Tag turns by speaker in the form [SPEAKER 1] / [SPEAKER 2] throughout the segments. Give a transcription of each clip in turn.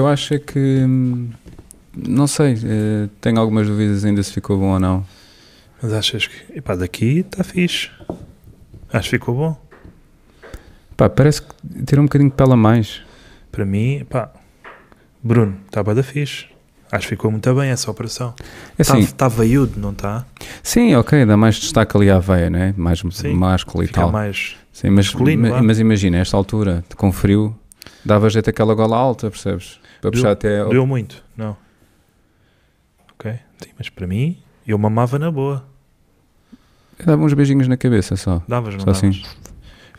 [SPEAKER 1] eu acho é que. hum, Não sei, eh, tenho algumas dúvidas ainda se ficou bom ou não.
[SPEAKER 2] Mas achas que. Epá, daqui está fixe. Acho que ficou bom.
[SPEAKER 1] Pá, parece que tira um bocadinho de pele a mais.
[SPEAKER 2] Para mim, pá. Bruno, está bada fixe. Acho que ficou muito bem essa operação.
[SPEAKER 1] É
[SPEAKER 2] Está
[SPEAKER 1] assim,
[SPEAKER 2] tá veiudo, não está?
[SPEAKER 1] sim, ok, dá mais destaque ali à veia, né? Mais
[SPEAKER 2] Sim,
[SPEAKER 1] másculo e
[SPEAKER 2] Fica
[SPEAKER 1] tal.
[SPEAKER 2] mais.
[SPEAKER 1] Sim, mas,
[SPEAKER 2] masculino,
[SPEAKER 1] ma-
[SPEAKER 2] vá.
[SPEAKER 1] mas imagina, a esta altura, com frio, dava jeito aquela gola alta, percebes? Para puxar até. ao-
[SPEAKER 2] Doeu muito, não. Ok? Sim, mas para mim, eu mamava na boa.
[SPEAKER 1] Dava uns beijinhos na cabeça só.
[SPEAKER 2] Davas, não
[SPEAKER 1] Só
[SPEAKER 2] davas?
[SPEAKER 1] assim.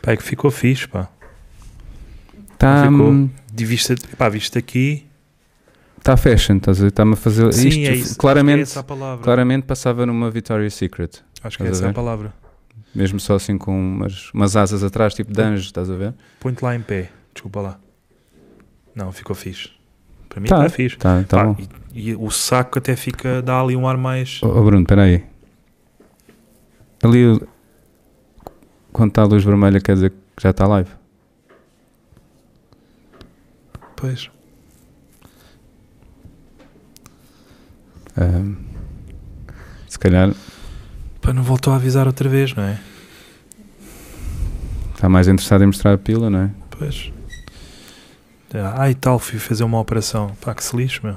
[SPEAKER 2] Pá, é que ficou fixe, pá.
[SPEAKER 1] Está
[SPEAKER 2] Ficou. De vista, pá, vista aqui.
[SPEAKER 1] hum, tá fashion, estás a ver? Está-me a fazer.
[SPEAKER 2] Sim,
[SPEAKER 1] isto
[SPEAKER 2] é isso.
[SPEAKER 1] claramente,
[SPEAKER 2] É essa a palavra.
[SPEAKER 1] claramente passava numa Victoria's Secret.
[SPEAKER 2] Acho que é
[SPEAKER 1] Estás a
[SPEAKER 2] essa a
[SPEAKER 1] ver?
[SPEAKER 2] palavra.
[SPEAKER 1] Mesmo só assim com umas, umas asas atrás, tipo de anjo, estás a ver?
[SPEAKER 2] Põe-te lá em pé. Desculpa lá. Não, ficou fixe. Para mim
[SPEAKER 1] Tá.
[SPEAKER 2] está fixe.
[SPEAKER 1] Tá, tá
[SPEAKER 2] Pá,
[SPEAKER 1] bom.
[SPEAKER 2] e, e o saco até fica, dá ali um ar mais.
[SPEAKER 1] Ó ó, Bruno, espera aí. Ali, quando está a luz vermelha, quer dizer que já está live.
[SPEAKER 2] Pois.
[SPEAKER 1] Ah, se calhar
[SPEAKER 2] Pá, não voltou a avisar outra vez, não é?
[SPEAKER 1] está mais interessado em mostrar a pila, não é?
[SPEAKER 2] Pois. É, Ai tal, fui fazer uma operação. Pá, que se lixo, meu.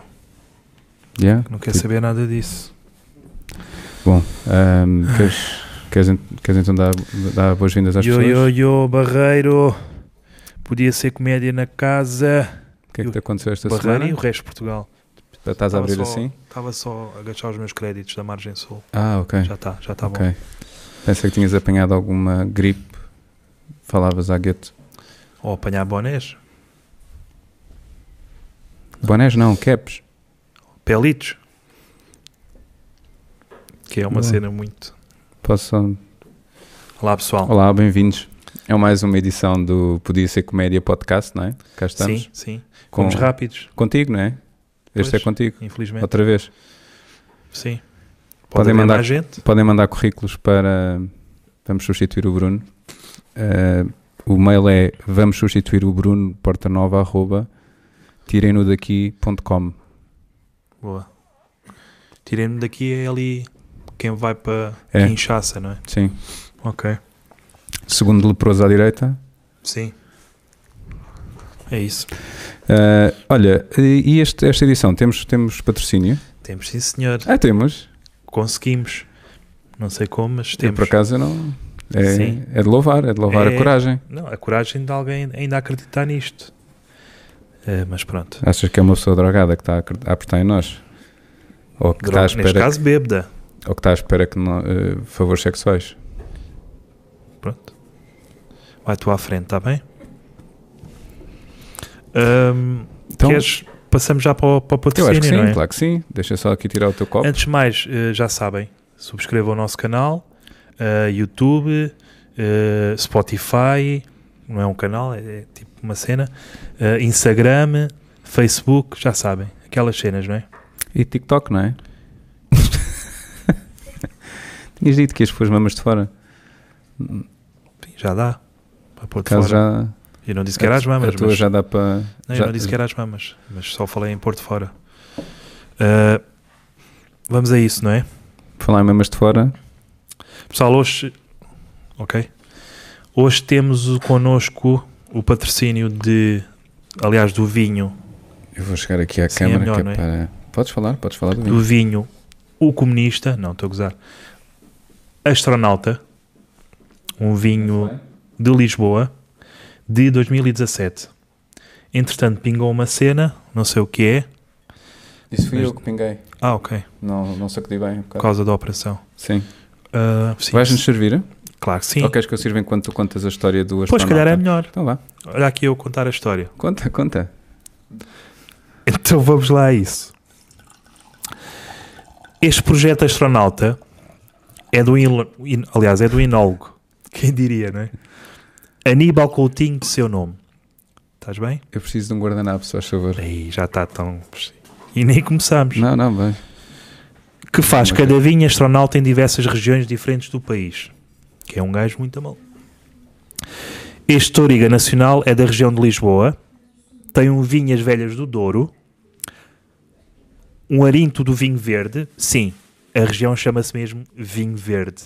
[SPEAKER 1] Yeah?
[SPEAKER 2] Não quer
[SPEAKER 1] Tipo-
[SPEAKER 2] saber nada disso.
[SPEAKER 1] Bom, ahm, queres, queres, en- queres então dar, dar boas-vindas às
[SPEAKER 2] Yo,
[SPEAKER 1] pessoas?
[SPEAKER 2] yo, yo, Barreiro. Podia ser comédia na casa.
[SPEAKER 1] O que é que te aconteceu esta
[SPEAKER 2] Barreiro e o
[SPEAKER 1] semana?
[SPEAKER 2] resto de Portugal.
[SPEAKER 1] Estás a
[SPEAKER 2] Tava
[SPEAKER 1] abrir
[SPEAKER 2] só-
[SPEAKER 1] assim?
[SPEAKER 2] Estava só a agachar os meus créditos da margem sul.
[SPEAKER 1] Ah, ok.
[SPEAKER 2] Já está, já está bom.
[SPEAKER 1] ok. Pensei que tinhas apanhado alguma gripe. Falavas à gueto.
[SPEAKER 2] Ou apanhar bonés,
[SPEAKER 1] Bonés não, caps.
[SPEAKER 2] pelitos. Que é uma
[SPEAKER 1] Boa.
[SPEAKER 2] cena muito.
[SPEAKER 1] Posso só
[SPEAKER 2] Olá pessoal.
[SPEAKER 1] Olá, bem-vindos. É mais uma edição do Podia Ser Comédia Podcast, não é? Cá estamos.
[SPEAKER 2] sim, sim.
[SPEAKER 1] Com,
[SPEAKER 2] Fomos rápidos,
[SPEAKER 1] contigo, não é? Este é
[SPEAKER 2] Pois.
[SPEAKER 1] contigo.
[SPEAKER 2] infelizmente.
[SPEAKER 1] Outra vez.
[SPEAKER 2] Sim.
[SPEAKER 1] Podem
[SPEAKER 2] Podem mandar
[SPEAKER 1] mandar-
[SPEAKER 2] mais gente.
[SPEAKER 1] Podem mandar currículos para. Vamos substituir o Bruno. Eh, o mail é vamos substituir o Bruno, portanova, arroba, tirem-no daqui.com.
[SPEAKER 2] Boa. Tirem-me daqui é ali quem vai para
[SPEAKER 1] É.
[SPEAKER 2] quem inchaça, não é?
[SPEAKER 1] Sim.
[SPEAKER 2] Ok.
[SPEAKER 1] Segundo leproso à direita.
[SPEAKER 2] Sim. É isso.
[SPEAKER 1] Eh, olha, e e este- esta edição? Temos, temos patrocínio?
[SPEAKER 2] Temos sim senhor.
[SPEAKER 1] Ah, temos.
[SPEAKER 2] Conseguimos. Não sei como, mas
[SPEAKER 1] Eu,
[SPEAKER 2] temos.
[SPEAKER 1] por acaso eu não.
[SPEAKER 2] Sim.
[SPEAKER 1] É, é de louvar, é de louvar
[SPEAKER 2] É-
[SPEAKER 1] a coragem.
[SPEAKER 2] Não, a coragem de alguém ainda acreditar nisto. Eh, mas pronto.
[SPEAKER 1] Achas que é uma pessoa drogada que está a acre- a apertar em nós? Ou que, está à
[SPEAKER 2] Droga, neste
[SPEAKER 1] espera,
[SPEAKER 2] caso, bêbada.
[SPEAKER 1] ou que está à espera que não, eh, favores sexuais?
[SPEAKER 2] Pronto. Vai tu à frente, está bem? Ahm,
[SPEAKER 1] Então,
[SPEAKER 2] queres- Passamos já para o, para o
[SPEAKER 1] eu acho
[SPEAKER 2] patrocínio,
[SPEAKER 1] que sim,
[SPEAKER 2] não é?
[SPEAKER 1] claro que sim. Deixa só aqui tirar o teu copo.
[SPEAKER 2] Antes de mais, eh, já sabem, subscrevam o nosso canal, eh, YouTube, eh, Spotify, não é um canal, é, é tipo uma cena, eh, Instagram, Facebook, já sabem, aquelas cenas, não é?
[SPEAKER 1] E TikTok, não é? Tinhas dito que ias pôr as mamas de fora.
[SPEAKER 2] Enfim, Já dá. Para pôr de
[SPEAKER 1] Caso
[SPEAKER 2] fora.
[SPEAKER 1] já.
[SPEAKER 2] Eu não disse que era as mamas,
[SPEAKER 1] a tua
[SPEAKER 2] mas
[SPEAKER 1] já dá para.
[SPEAKER 2] Não,
[SPEAKER 1] já-
[SPEAKER 2] eu não disse que era as mamas, mas só falei em Porto Fora. Ah, vamos a isso, não é?
[SPEAKER 1] Falar em mamas de fora.
[SPEAKER 2] Pessoal, hoje. Ok. Hoje temos o- connosco o patrocínio de. Aliás, do vinho.
[SPEAKER 1] Eu vou chegar aqui à
[SPEAKER 2] Sim, é
[SPEAKER 1] câmara
[SPEAKER 2] melhor,
[SPEAKER 1] que é
[SPEAKER 2] não é?
[SPEAKER 1] para. Podes falar, podes falar do vinho.
[SPEAKER 2] Do vinho O Comunista. Não, estou a gozar. Astronauta. Um vinho de Lisboa de 2017. Entretanto, pingou uma cena, não sei o que é.
[SPEAKER 1] Isso
[SPEAKER 2] fui eu
[SPEAKER 1] que pinguei.
[SPEAKER 2] Ah, ok.
[SPEAKER 1] Não, não sacudi bem. um
[SPEAKER 2] Por causa da operação.
[SPEAKER 1] Sim.
[SPEAKER 2] Ah, sim,
[SPEAKER 1] Vais-nos servir?
[SPEAKER 2] Claro que sim.
[SPEAKER 1] Ou queres que eu sirva enquanto tu contas a história do
[SPEAKER 2] Pois,
[SPEAKER 1] astronauta?
[SPEAKER 2] se calhar é melhor.
[SPEAKER 1] Então vá.
[SPEAKER 2] Olha aqui eu contar a história.
[SPEAKER 1] Conta, conta.
[SPEAKER 2] Então vamos lá a isso. Este projeto astronauta é do ilo- in- aliás, é do inólogo. Quem diria, não é? Aníbal Coutinho de seu nome. Estás bem?
[SPEAKER 1] Eu preciso de um guardanapo, se faz favor.
[SPEAKER 2] Aí já está tão... E nem começamos.
[SPEAKER 1] Não, não, vai.
[SPEAKER 2] Que faz
[SPEAKER 1] Não,
[SPEAKER 2] cada vinha astronauta em diversas regiões diferentes do país. Que é um gajo muito mal. Este Toriga Nacional é da região de Lisboa. Tem um Vinhas Velhas do Douro. um arinto do vinho verde, sim, a região chama-se mesmo vinho verde.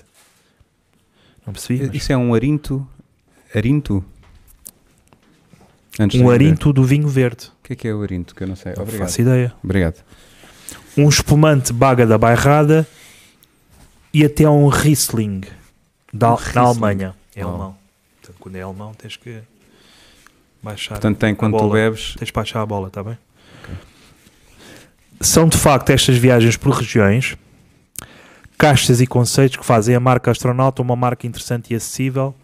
[SPEAKER 2] Não percebi? mas-
[SPEAKER 1] Isso é um arinto. Arinto? Antes de
[SPEAKER 2] Um
[SPEAKER 1] saber.
[SPEAKER 2] arinto Tá do vinho verde.
[SPEAKER 1] O que é que é o arinto? Que eu não sei.
[SPEAKER 2] Não
[SPEAKER 1] Obrigado.
[SPEAKER 2] faço ideia.
[SPEAKER 1] Obrigado.
[SPEAKER 2] Tá. um espumante baga da bairrada e até um Riesling da,
[SPEAKER 1] Um
[SPEAKER 2] da
[SPEAKER 1] Riesling.
[SPEAKER 2] Alemanha. É
[SPEAKER 1] Uau.
[SPEAKER 2] alemão. Portanto, quando é alemão, tens que baixar.
[SPEAKER 1] Portanto, tem quando tu
[SPEAKER 2] Tá bola.
[SPEAKER 1] bebes.
[SPEAKER 2] tens que baixar a bola, está bem? São de facto estas viagens por regiões, caixas e conceitos que fazem a marca astronauta uma marca interessante e acessível,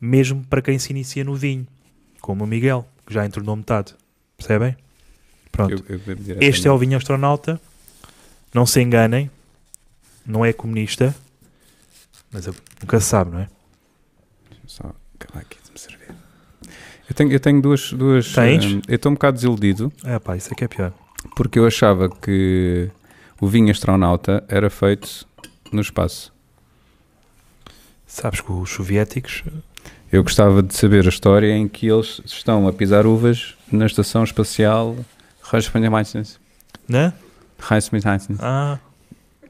[SPEAKER 2] mesmo para quem se inicia no vinho, como o Miguel, que já entrou no metade. Percebem? Pronto.
[SPEAKER 1] Eu, eu bebo direto
[SPEAKER 2] Este é
[SPEAKER 1] também.
[SPEAKER 2] o vinho astronauta. Não se enganem. Não é comunista. Mas eu- nunca se sabe, não é?
[SPEAKER 1] Só acabar aqui de me servir. Eu tenho, eu tenho duas. duas
[SPEAKER 2] Tens?
[SPEAKER 1] hum, eu estou um bocado desiludido
[SPEAKER 2] É pá, isso é que é pior.
[SPEAKER 1] porque eu achava que o vinho astronauta era feito no espaço.
[SPEAKER 2] Sabes que os soviéticos.
[SPEAKER 1] Eu gostava de saber a história em que eles estão a pisar uvas na estação espacial Reismannheitsens.
[SPEAKER 2] Né?
[SPEAKER 1] Reismannheitsens.
[SPEAKER 2] Ah,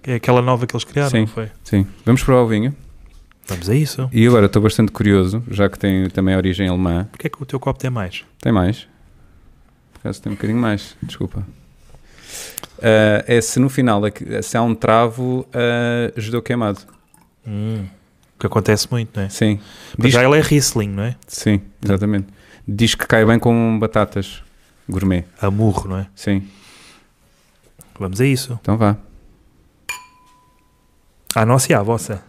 [SPEAKER 2] é aquela nova que eles criaram,
[SPEAKER 1] Sim.
[SPEAKER 2] não foi?
[SPEAKER 1] Sim, vamos provar o vinho.
[SPEAKER 2] Vamos a isso.
[SPEAKER 1] E agora estou bastante curioso, já que tem também origem alemã.
[SPEAKER 2] Porquê é que o teu copo tem mais?
[SPEAKER 1] Tem mais? Por acaso tem um bocadinho mais, desculpa. Ah, é se no final é que- se há um travo ah, judeu queimado.
[SPEAKER 2] Hum, O que acontece muito, não é?
[SPEAKER 1] Sim,
[SPEAKER 2] Mas
[SPEAKER 1] Diz-
[SPEAKER 2] já ele é Riesling, não é?
[SPEAKER 1] sim, exatamente. Diz que cai bem com batatas gourmet.
[SPEAKER 2] Amurro, não é?
[SPEAKER 1] Sim,
[SPEAKER 2] Vamos a isso.
[SPEAKER 1] então vá.
[SPEAKER 2] A nossa e à vossa.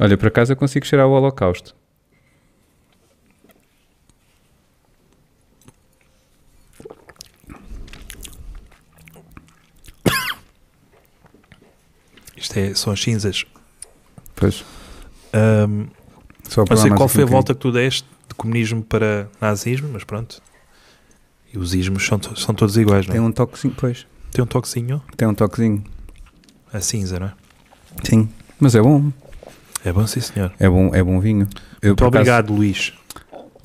[SPEAKER 1] Olha, por acaso eu consigo cheirar o holocausto.
[SPEAKER 2] Isto é, são as cinzas. Hum,
[SPEAKER 1] Pois.
[SPEAKER 2] Ahm,
[SPEAKER 1] Só
[SPEAKER 2] Não
[SPEAKER 1] lá
[SPEAKER 2] sei
[SPEAKER 1] mais
[SPEAKER 2] qual
[SPEAKER 1] aqui
[SPEAKER 2] foi a
[SPEAKER 1] um bocadinho.
[SPEAKER 2] volta que tu deste de comunismo para nazismo, mas pronto. E os ismos são, to- são todos iguais, não é?
[SPEAKER 1] Tem um toquezinho, pois.
[SPEAKER 2] Tem um toquezinho
[SPEAKER 1] Tem um toquezinho.
[SPEAKER 2] a cinza, não é?
[SPEAKER 1] Sim. Mas é bom.
[SPEAKER 2] É bom, sim, senhor.
[SPEAKER 1] É bom, é bom vinho. Eu,
[SPEAKER 2] Muito
[SPEAKER 1] por acaso-
[SPEAKER 2] obrigado, Luís.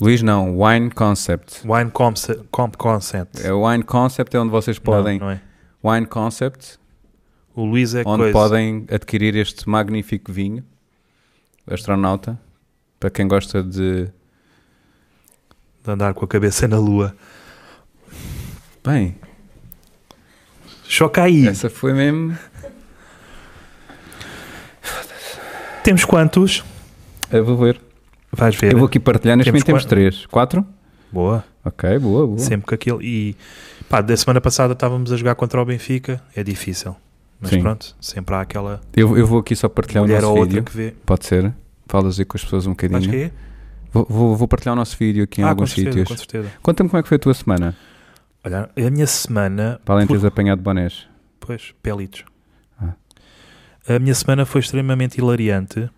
[SPEAKER 1] Luís, não. Wine Concept.
[SPEAKER 2] Wine Comse- Comp Consent.
[SPEAKER 1] É, o Wine Concept é onde vocês podem.
[SPEAKER 2] Não, não é?
[SPEAKER 1] Wine Concept.
[SPEAKER 2] O Luís é
[SPEAKER 1] onde
[SPEAKER 2] coisa.
[SPEAKER 1] podem adquirir este magnífico vinho astronauta para quem gosta de
[SPEAKER 2] De andar com a cabeça na lua.
[SPEAKER 1] bem
[SPEAKER 2] Choca aí.
[SPEAKER 1] essa foi mesmo
[SPEAKER 2] Temos quantos?
[SPEAKER 1] eu vou ver
[SPEAKER 2] Vais ver.
[SPEAKER 1] eu vou aqui partilhar neste
[SPEAKER 2] Temos
[SPEAKER 1] momento temos
[SPEAKER 2] qua-
[SPEAKER 1] três quatro
[SPEAKER 2] Boa.
[SPEAKER 1] ok boa boa
[SPEAKER 2] Sempre com aquilo. E pá, da semana passada estávamos a jogar contra o Benfica. É difícil. Mas
[SPEAKER 1] Sim.
[SPEAKER 2] pronto, sempre há aquela
[SPEAKER 1] eu, eu vou aqui só partilhar
[SPEAKER 2] mulher
[SPEAKER 1] o
[SPEAKER 2] ou
[SPEAKER 1] nosso
[SPEAKER 2] outra
[SPEAKER 1] vídeo
[SPEAKER 2] que vê.
[SPEAKER 1] pode ser falas aí com as pessoas um
[SPEAKER 2] Vais
[SPEAKER 1] bocadinho
[SPEAKER 2] cair?
[SPEAKER 1] vou, vou, vou partilhar o nosso vídeo aqui em
[SPEAKER 2] ah, com
[SPEAKER 1] alguns
[SPEAKER 2] certeza,
[SPEAKER 1] sítios
[SPEAKER 2] com certeza.
[SPEAKER 1] conta-me como é que foi a tua semana
[SPEAKER 2] Olha, a minha semana.
[SPEAKER 1] para além de
[SPEAKER 2] por-
[SPEAKER 1] teres apanhado bonés
[SPEAKER 2] Pois, pelitos.
[SPEAKER 1] Ah.
[SPEAKER 2] A minha semana foi extremamente hilariante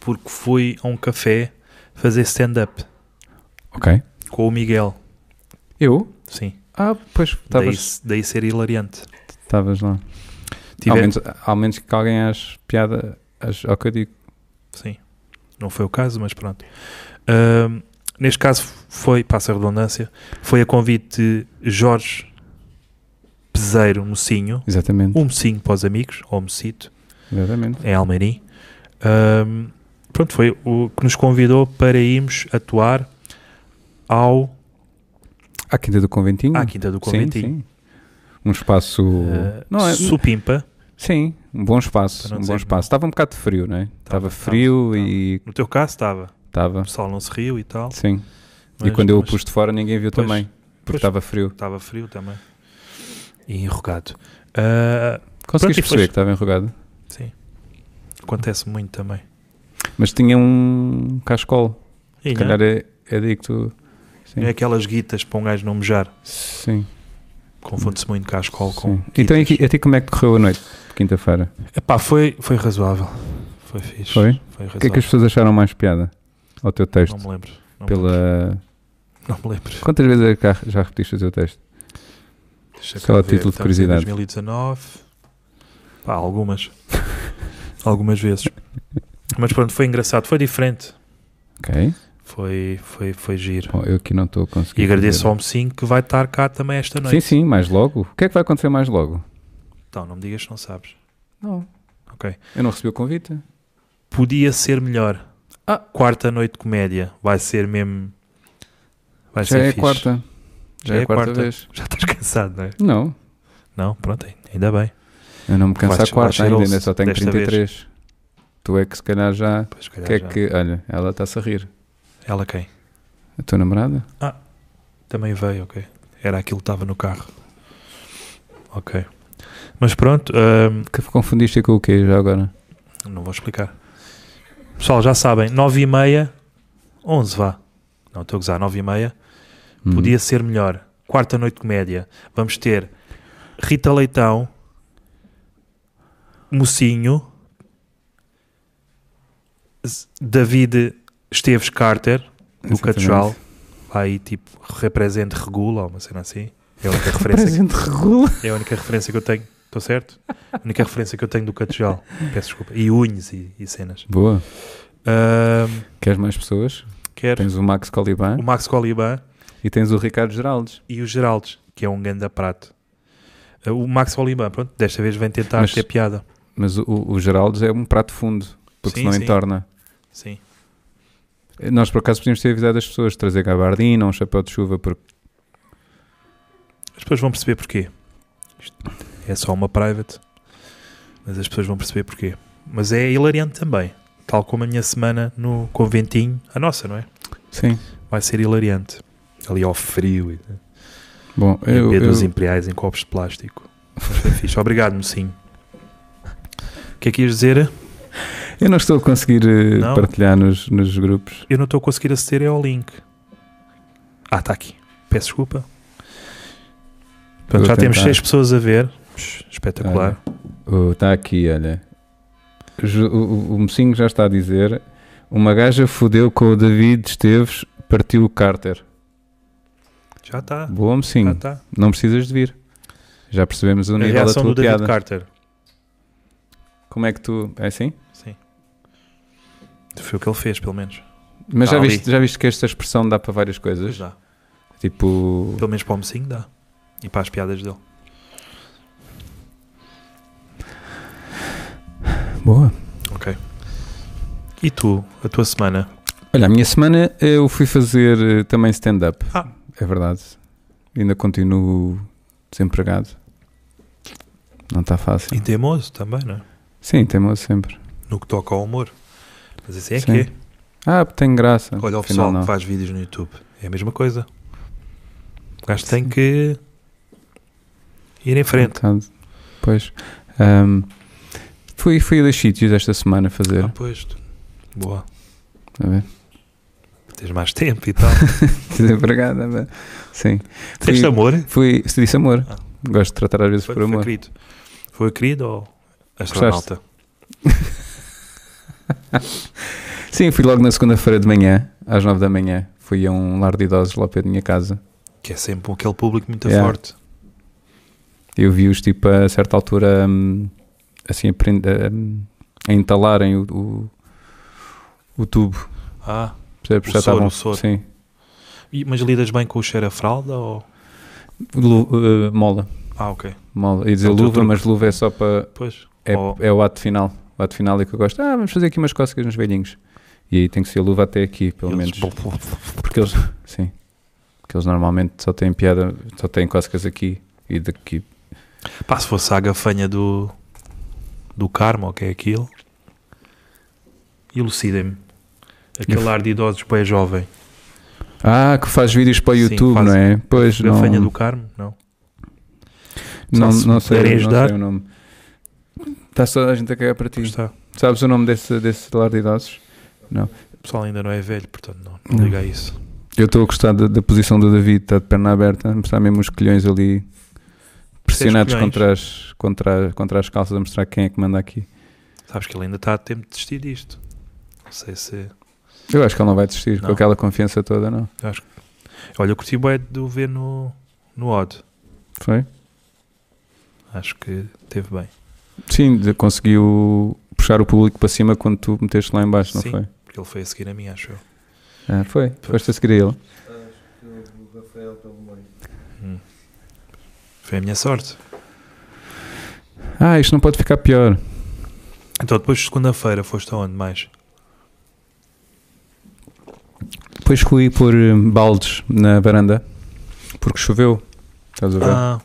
[SPEAKER 2] porque fui a um café fazer stand-up
[SPEAKER 1] ok
[SPEAKER 2] com o Miguel.
[SPEAKER 1] eu
[SPEAKER 2] Sim,
[SPEAKER 1] ah pois
[SPEAKER 2] daí,
[SPEAKER 1] estavas
[SPEAKER 2] daí ser hilariante.
[SPEAKER 1] estavas lá ao,
[SPEAKER 2] Tive-
[SPEAKER 1] menos, ao menos que alguém às piada às, ao que eu digo
[SPEAKER 2] Sim, não foi o caso, mas pronto. Ahm, neste caso foi, passa a redundância, foi a convite de Jorge Peseiro Mocinho,
[SPEAKER 1] Exatamente,
[SPEAKER 2] um mocinho para os amigos, ou mocito,
[SPEAKER 1] exatamente.
[SPEAKER 2] em Almeirim. Ahm, pronto, foi o que nos convidou para irmos atuar ao,
[SPEAKER 1] À Quinta do Conventinho.
[SPEAKER 2] à Quinta do Conventinho.
[SPEAKER 1] Hum, Sim, sim. Um espaço...
[SPEAKER 2] Ah,
[SPEAKER 1] não é,
[SPEAKER 2] Supimpa,
[SPEAKER 1] sim, um bom espaço,
[SPEAKER 2] Para não
[SPEAKER 1] um
[SPEAKER 2] dizer
[SPEAKER 1] bom
[SPEAKER 2] que não.
[SPEAKER 1] espaço. Estava um bocado de frio, não é? Estava
[SPEAKER 2] Estava,
[SPEAKER 1] frio e
[SPEAKER 2] no teu caso estava,
[SPEAKER 1] estava...
[SPEAKER 2] o pessoal não se riu e tal.
[SPEAKER 1] Sim, e
[SPEAKER 2] mas-
[SPEAKER 1] quando eu o
[SPEAKER 2] mas
[SPEAKER 1] pus de fora ninguém viu
[SPEAKER 2] Pois,
[SPEAKER 1] também, porque
[SPEAKER 2] pois.
[SPEAKER 1] estava frio.
[SPEAKER 2] Estava frio também. E enrugado. Ah,
[SPEAKER 1] Conseguiste
[SPEAKER 2] e
[SPEAKER 1] perceber
[SPEAKER 2] depois-
[SPEAKER 1] que estava enrugado?
[SPEAKER 2] sim, acontece muito também.
[SPEAKER 1] Mas tinha um cascol,
[SPEAKER 2] E
[SPEAKER 1] se
[SPEAKER 2] não é?
[SPEAKER 1] calhar assim. é, é daí que tu... Sim,
[SPEAKER 2] Não é aquelas guitas para um gajo não mejar.
[SPEAKER 1] sim.
[SPEAKER 2] Confunde-se muito cá a escola com.
[SPEAKER 1] Hum, sim. Então, e
[SPEAKER 2] guitas.
[SPEAKER 1] aqui- a ti como é que correu a noite, de quinta-feira?
[SPEAKER 2] Epá, foi, foi razoável. Foi fixe.
[SPEAKER 1] Foi?
[SPEAKER 2] razoável.
[SPEAKER 1] O que é que as pessoas acharam mais piada ao teu texto?
[SPEAKER 2] Não me lembro. Não, me,
[SPEAKER 1] Pela...
[SPEAKER 2] não me lembro.
[SPEAKER 1] Quantas vezes é que já- já repetiste o teu texto?
[SPEAKER 2] Deixa
[SPEAKER 1] Só
[SPEAKER 2] cá
[SPEAKER 1] a título de
[SPEAKER 2] Estamos em
[SPEAKER 1] curiosidade.
[SPEAKER 2] 2019. Pá, algumas. algumas vezes. Mas pronto, foi engraçado. Foi diferente.
[SPEAKER 1] Ok.
[SPEAKER 2] Foi, foi, foi giro.
[SPEAKER 1] Bom, eu aqui não estou a conseguir.
[SPEAKER 2] E agradeço
[SPEAKER 1] fazer.
[SPEAKER 2] ao Mocinho que vai estar cá também esta noite.
[SPEAKER 1] Sim, sim, mais logo. O que é que vai acontecer mais logo?
[SPEAKER 2] Então, não me digas que não sabes.
[SPEAKER 1] Não.
[SPEAKER 2] Ok.
[SPEAKER 1] Eu não recebi o convite.
[SPEAKER 2] Podia ser melhor.
[SPEAKER 1] Ah.
[SPEAKER 2] Quarta noite de comédia. Vai ser mesmo. Vai
[SPEAKER 1] Já
[SPEAKER 2] ser
[SPEAKER 1] é a
[SPEAKER 2] fixe.
[SPEAKER 1] quarta. Já, é a quarta, vez.
[SPEAKER 2] Já estás cansado, não é?
[SPEAKER 1] Não.
[SPEAKER 2] Não, pronto, ainda bem.
[SPEAKER 1] Eu não me canso
[SPEAKER 2] Vais-
[SPEAKER 1] à quarta
[SPEAKER 2] vais ser
[SPEAKER 1] ainda,
[SPEAKER 2] old
[SPEAKER 1] ainda só tenho
[SPEAKER 2] desta
[SPEAKER 1] 33. Tu é que se calhar já.
[SPEAKER 2] Pois, se
[SPEAKER 1] O
[SPEAKER 2] calhar
[SPEAKER 1] que é
[SPEAKER 2] já.
[SPEAKER 1] que. Olha, ela está-se a rir.
[SPEAKER 2] Ela quem?
[SPEAKER 1] A tua namorada?
[SPEAKER 2] Também veio, ok. Era aquilo que estava no carro. Ok. Mas pronto, hum,
[SPEAKER 1] Que confundiste com o quê já agora?
[SPEAKER 2] não vou explicar. Pessoal, já sabem, 9 e meia, 11 vá. Não, estou a gozar, 9 e meia.
[SPEAKER 1] Hum.
[SPEAKER 2] Podia ser melhor. Quarta noite de comédia. Vamos ter Rita Leitão, Mocinho, Z- David Esteves Carter, do
[SPEAKER 1] Exatamente.
[SPEAKER 2] Catedral. Aí, tipo, represente, regula, ou uma cena assim. É a única referência
[SPEAKER 1] Presente regula.
[SPEAKER 2] É a única referência que eu tenho, estou certo? A única referência que eu tenho do Catejal. Peço desculpa. E unhas e, e cenas.
[SPEAKER 1] Boa.
[SPEAKER 2] Ahm,
[SPEAKER 1] Queres mais pessoas?
[SPEAKER 2] quero Hum.
[SPEAKER 1] Tens o Max Coliban
[SPEAKER 2] o Max Coliban
[SPEAKER 1] e tens o Ricardo Geraldes.
[SPEAKER 2] e o Geraldes, que é um ganda prato. Ah, O Max Coliban, pronto, desta vez vem tentar
[SPEAKER 1] Mas-
[SPEAKER 2] ter piada.
[SPEAKER 1] Mas o, o Geraldes é um prato fundo, porque
[SPEAKER 2] Sim,
[SPEAKER 1] senão
[SPEAKER 2] sim.
[SPEAKER 1] entorna.
[SPEAKER 2] Sim.
[SPEAKER 1] Nós, por acaso, podíamos ter avisado as pessoas de trazer gabardina, um chapéu de chuva, porque
[SPEAKER 2] As pessoas vão perceber porquê. Isto é só uma private, mas as pessoas vão perceber porquê. Mas é hilariante também. Tal como a minha semana no conventinho, a nossa, não é?
[SPEAKER 1] Sim.
[SPEAKER 2] Vai ser hilariante. Ali ao frio e.
[SPEAKER 1] Bom, eu,
[SPEAKER 2] Beber dos
[SPEAKER 1] eu-
[SPEAKER 2] imperiais em copos de plástico. Mas foi fixe. Obrigado, mocinho. O que é que ias dizer?
[SPEAKER 1] eu não estou a conseguir eh,
[SPEAKER 2] Não.
[SPEAKER 1] partilhar nos, nos grupos.
[SPEAKER 2] Eu não estou a conseguir aceder ao link. Ah, está aqui. Peço desculpa. Portanto,
[SPEAKER 1] Vou
[SPEAKER 2] já temos
[SPEAKER 1] tentar.
[SPEAKER 2] seis pessoas a ver. Psh, Espetacular.
[SPEAKER 1] Está tá aqui, olha. Ju- O, o, o mocinho já está a dizer: uma gaja fodeu com o David Esteves, partiu o Carter.
[SPEAKER 2] Já está.
[SPEAKER 1] Boa, mocinho.
[SPEAKER 2] Já está.
[SPEAKER 1] Não precisas de vir. Já percebemos o
[SPEAKER 2] A
[SPEAKER 1] nível da
[SPEAKER 2] reação
[SPEAKER 1] é tua
[SPEAKER 2] do David
[SPEAKER 1] piada.
[SPEAKER 2] Carter.
[SPEAKER 1] Como é que tu. É assim?
[SPEAKER 2] Sim. Foi o que ele fez, pelo menos.
[SPEAKER 1] Mas
[SPEAKER 2] Tá
[SPEAKER 1] já
[SPEAKER 2] ali.
[SPEAKER 1] viste, já viste que esta expressão dá para várias
[SPEAKER 2] Pois
[SPEAKER 1] coisas?
[SPEAKER 2] dá.
[SPEAKER 1] Tipo.
[SPEAKER 2] Pelo menos para o mocinho dá. E para as piadas dele.
[SPEAKER 1] Boa.
[SPEAKER 2] E tu, a tua semana?
[SPEAKER 1] Olha, a minha semana eu fui fazer eh, também stand-up.
[SPEAKER 2] Ah.
[SPEAKER 1] É verdade. Ainda continuo desempregado. Não está fácil.
[SPEAKER 2] E teimoso também, não é?
[SPEAKER 1] Sim, teimoso sempre.
[SPEAKER 2] No que toca ao humor. Mas assim é
[SPEAKER 1] Sim.
[SPEAKER 2] que é.
[SPEAKER 1] Ah, tem graça.
[SPEAKER 2] Olha, o
[SPEAKER 1] Afinal,
[SPEAKER 2] pessoal
[SPEAKER 1] não.
[SPEAKER 2] que faz vídeos no YouTube é a mesma coisa. O gajo tem que ir em
[SPEAKER 1] Um
[SPEAKER 2] frente.
[SPEAKER 1] bocado. Pois. Ahm, fui, fui a dois sítios esta semana fazer.
[SPEAKER 2] Ah, pois, tu- boa.
[SPEAKER 1] a ver?
[SPEAKER 2] Tens mais tempo e tal.
[SPEAKER 1] Desempregado. a ver? Sim.
[SPEAKER 2] Tens amor?
[SPEAKER 1] Fui, se disse amor.
[SPEAKER 2] Ah.
[SPEAKER 1] Gosto de tratar às vezes
[SPEAKER 2] Foi,
[SPEAKER 1] por
[SPEAKER 2] foi
[SPEAKER 1] amor.
[SPEAKER 2] querido. Foi querido ou astronauta?
[SPEAKER 1] Sim, fui logo na segunda-feira de manhã, às nove da manhã. Fui a um lar de idosos lá perto da minha casa.
[SPEAKER 2] Que é sempre aquele público muito
[SPEAKER 1] Yeah.
[SPEAKER 2] forte.
[SPEAKER 1] Eu vi-os, tipo, a certa altura, hum, assim, a, prend- a, hum, a entalarem o, o, o tubo.
[SPEAKER 2] Ah,
[SPEAKER 1] Percebes?
[SPEAKER 2] O
[SPEAKER 1] Já
[SPEAKER 2] soro,
[SPEAKER 1] estavam-
[SPEAKER 2] o soro.
[SPEAKER 1] Sim.
[SPEAKER 2] e- mas lidas bem com o cheiro a fralda ou...
[SPEAKER 1] Lu- eh, mola.
[SPEAKER 2] Ah, ok.
[SPEAKER 1] Mola. E dizer
[SPEAKER 2] É o teu
[SPEAKER 1] luva,
[SPEAKER 2] truque.
[SPEAKER 1] mas luva é só para.
[SPEAKER 2] Pois.
[SPEAKER 1] É,
[SPEAKER 2] Ou-
[SPEAKER 1] é o ato final. O ato final é que eu gosto. Ah, vamos fazer aqui umas cócegas nos velhinhos. E aí tem que ser luva até aqui, pelo
[SPEAKER 2] eles-
[SPEAKER 1] menos. Porque eles, sim, porque eles normalmente só têm piada, só têm cócegas aqui e daqui.
[SPEAKER 2] Pá, se fosse a gafanha do, do Carmo, ou que é aquilo, elucidem-me. Aquele ar de idosos bem jovem.
[SPEAKER 1] Ah, que faz vídeos para o
[SPEAKER 2] Sim,
[SPEAKER 1] YouTube,
[SPEAKER 2] faz-
[SPEAKER 1] não é? Pois não,
[SPEAKER 2] Gafanha do Carmo? Não.
[SPEAKER 1] não,
[SPEAKER 2] se
[SPEAKER 1] não
[SPEAKER 2] me
[SPEAKER 1] sei,
[SPEAKER 2] puderem
[SPEAKER 1] não
[SPEAKER 2] ajudar.
[SPEAKER 1] sei o nome. Está só a gente a cagar para ti.
[SPEAKER 2] Pois tá. está.
[SPEAKER 1] Sabes o nome desse, desse lar de idosos?
[SPEAKER 2] O pessoal ainda não é velho, portanto não,
[SPEAKER 1] Não.
[SPEAKER 2] não liga a isso.
[SPEAKER 1] Eu estou a gostar da, da posição do David, está de perna aberta, a mostrar mesmo os colhões ali pressionados
[SPEAKER 2] colhões.
[SPEAKER 1] contra as, contra, contra as calças, a mostrar quem é que manda aqui.
[SPEAKER 2] Sabes que ele ainda está a tempo de desistir disto. Não sei se.
[SPEAKER 1] Eu acho que ele não vai desistir com
[SPEAKER 2] Não.
[SPEAKER 1] aquela confiança toda, não.
[SPEAKER 2] Olha, eu curti bem de o ver no, no Odd.
[SPEAKER 1] Foi?
[SPEAKER 2] Acho que teve bem.
[SPEAKER 1] Sim, de- conseguiu puxar o público para cima quando tu meteste lá em baixo, não
[SPEAKER 2] Sim.
[SPEAKER 1] foi?
[SPEAKER 2] Porque ele foi a seguir a mim, acho eu.
[SPEAKER 1] Ah, foi, foste a seguir a ele.
[SPEAKER 3] o Rafael pelo meio.
[SPEAKER 2] Hum. Foi a minha sorte.
[SPEAKER 1] Ah, isto não pode ficar pior.
[SPEAKER 2] Então, depois de segunda-feira, foste aonde mais?
[SPEAKER 1] Depois escolhi pôr hum, baldes na varanda porque choveu. Estás a ver?
[SPEAKER 2] Ah,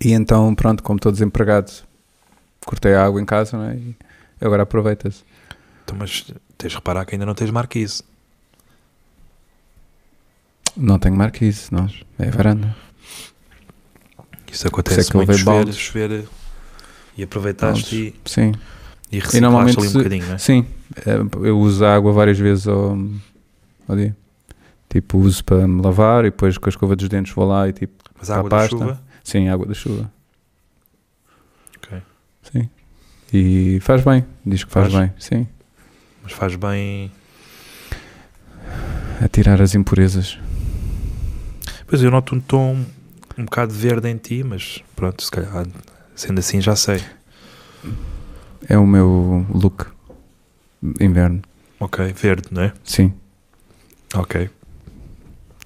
[SPEAKER 1] E então, pronto, como estou desempregado, cortei a água em casa não é? e agora aproveita-se.
[SPEAKER 2] então, mas tens de reparar que ainda não tens marquise.
[SPEAKER 1] Não tenho marquise, nós. É a varanda.
[SPEAKER 2] Isso acontece
[SPEAKER 1] Isso é que eu
[SPEAKER 2] muito,
[SPEAKER 1] vejo
[SPEAKER 2] chover,
[SPEAKER 1] baldes.
[SPEAKER 2] chover e aproveitaste e,
[SPEAKER 1] Sim.
[SPEAKER 2] e reciclaste
[SPEAKER 1] normalmente
[SPEAKER 2] ali um
[SPEAKER 1] se-
[SPEAKER 2] bocadinho, não é?
[SPEAKER 1] Sim. eh, Eu uso a água várias vezes ao, ao dia. Tipo, uso para me lavar e depois com a escova dos dentes vou lá e tipo,
[SPEAKER 2] Mas a água
[SPEAKER 1] Para a
[SPEAKER 2] da
[SPEAKER 1] pasta.
[SPEAKER 2] chuva,
[SPEAKER 1] sim, água da chuva.
[SPEAKER 2] Ok.
[SPEAKER 1] Sim. E faz bem. Diz que faz,
[SPEAKER 2] Faz?
[SPEAKER 1] bem. Sim.
[SPEAKER 2] mas faz bem...
[SPEAKER 1] A tirar as impurezas.
[SPEAKER 2] Pois, eu noto um tom um bocado verde em ti, mas pronto, se calhar, sendo assim, já sei.
[SPEAKER 1] É o meu look inverno.
[SPEAKER 2] Ok, verde, não é?
[SPEAKER 1] Sim.
[SPEAKER 2] Ok.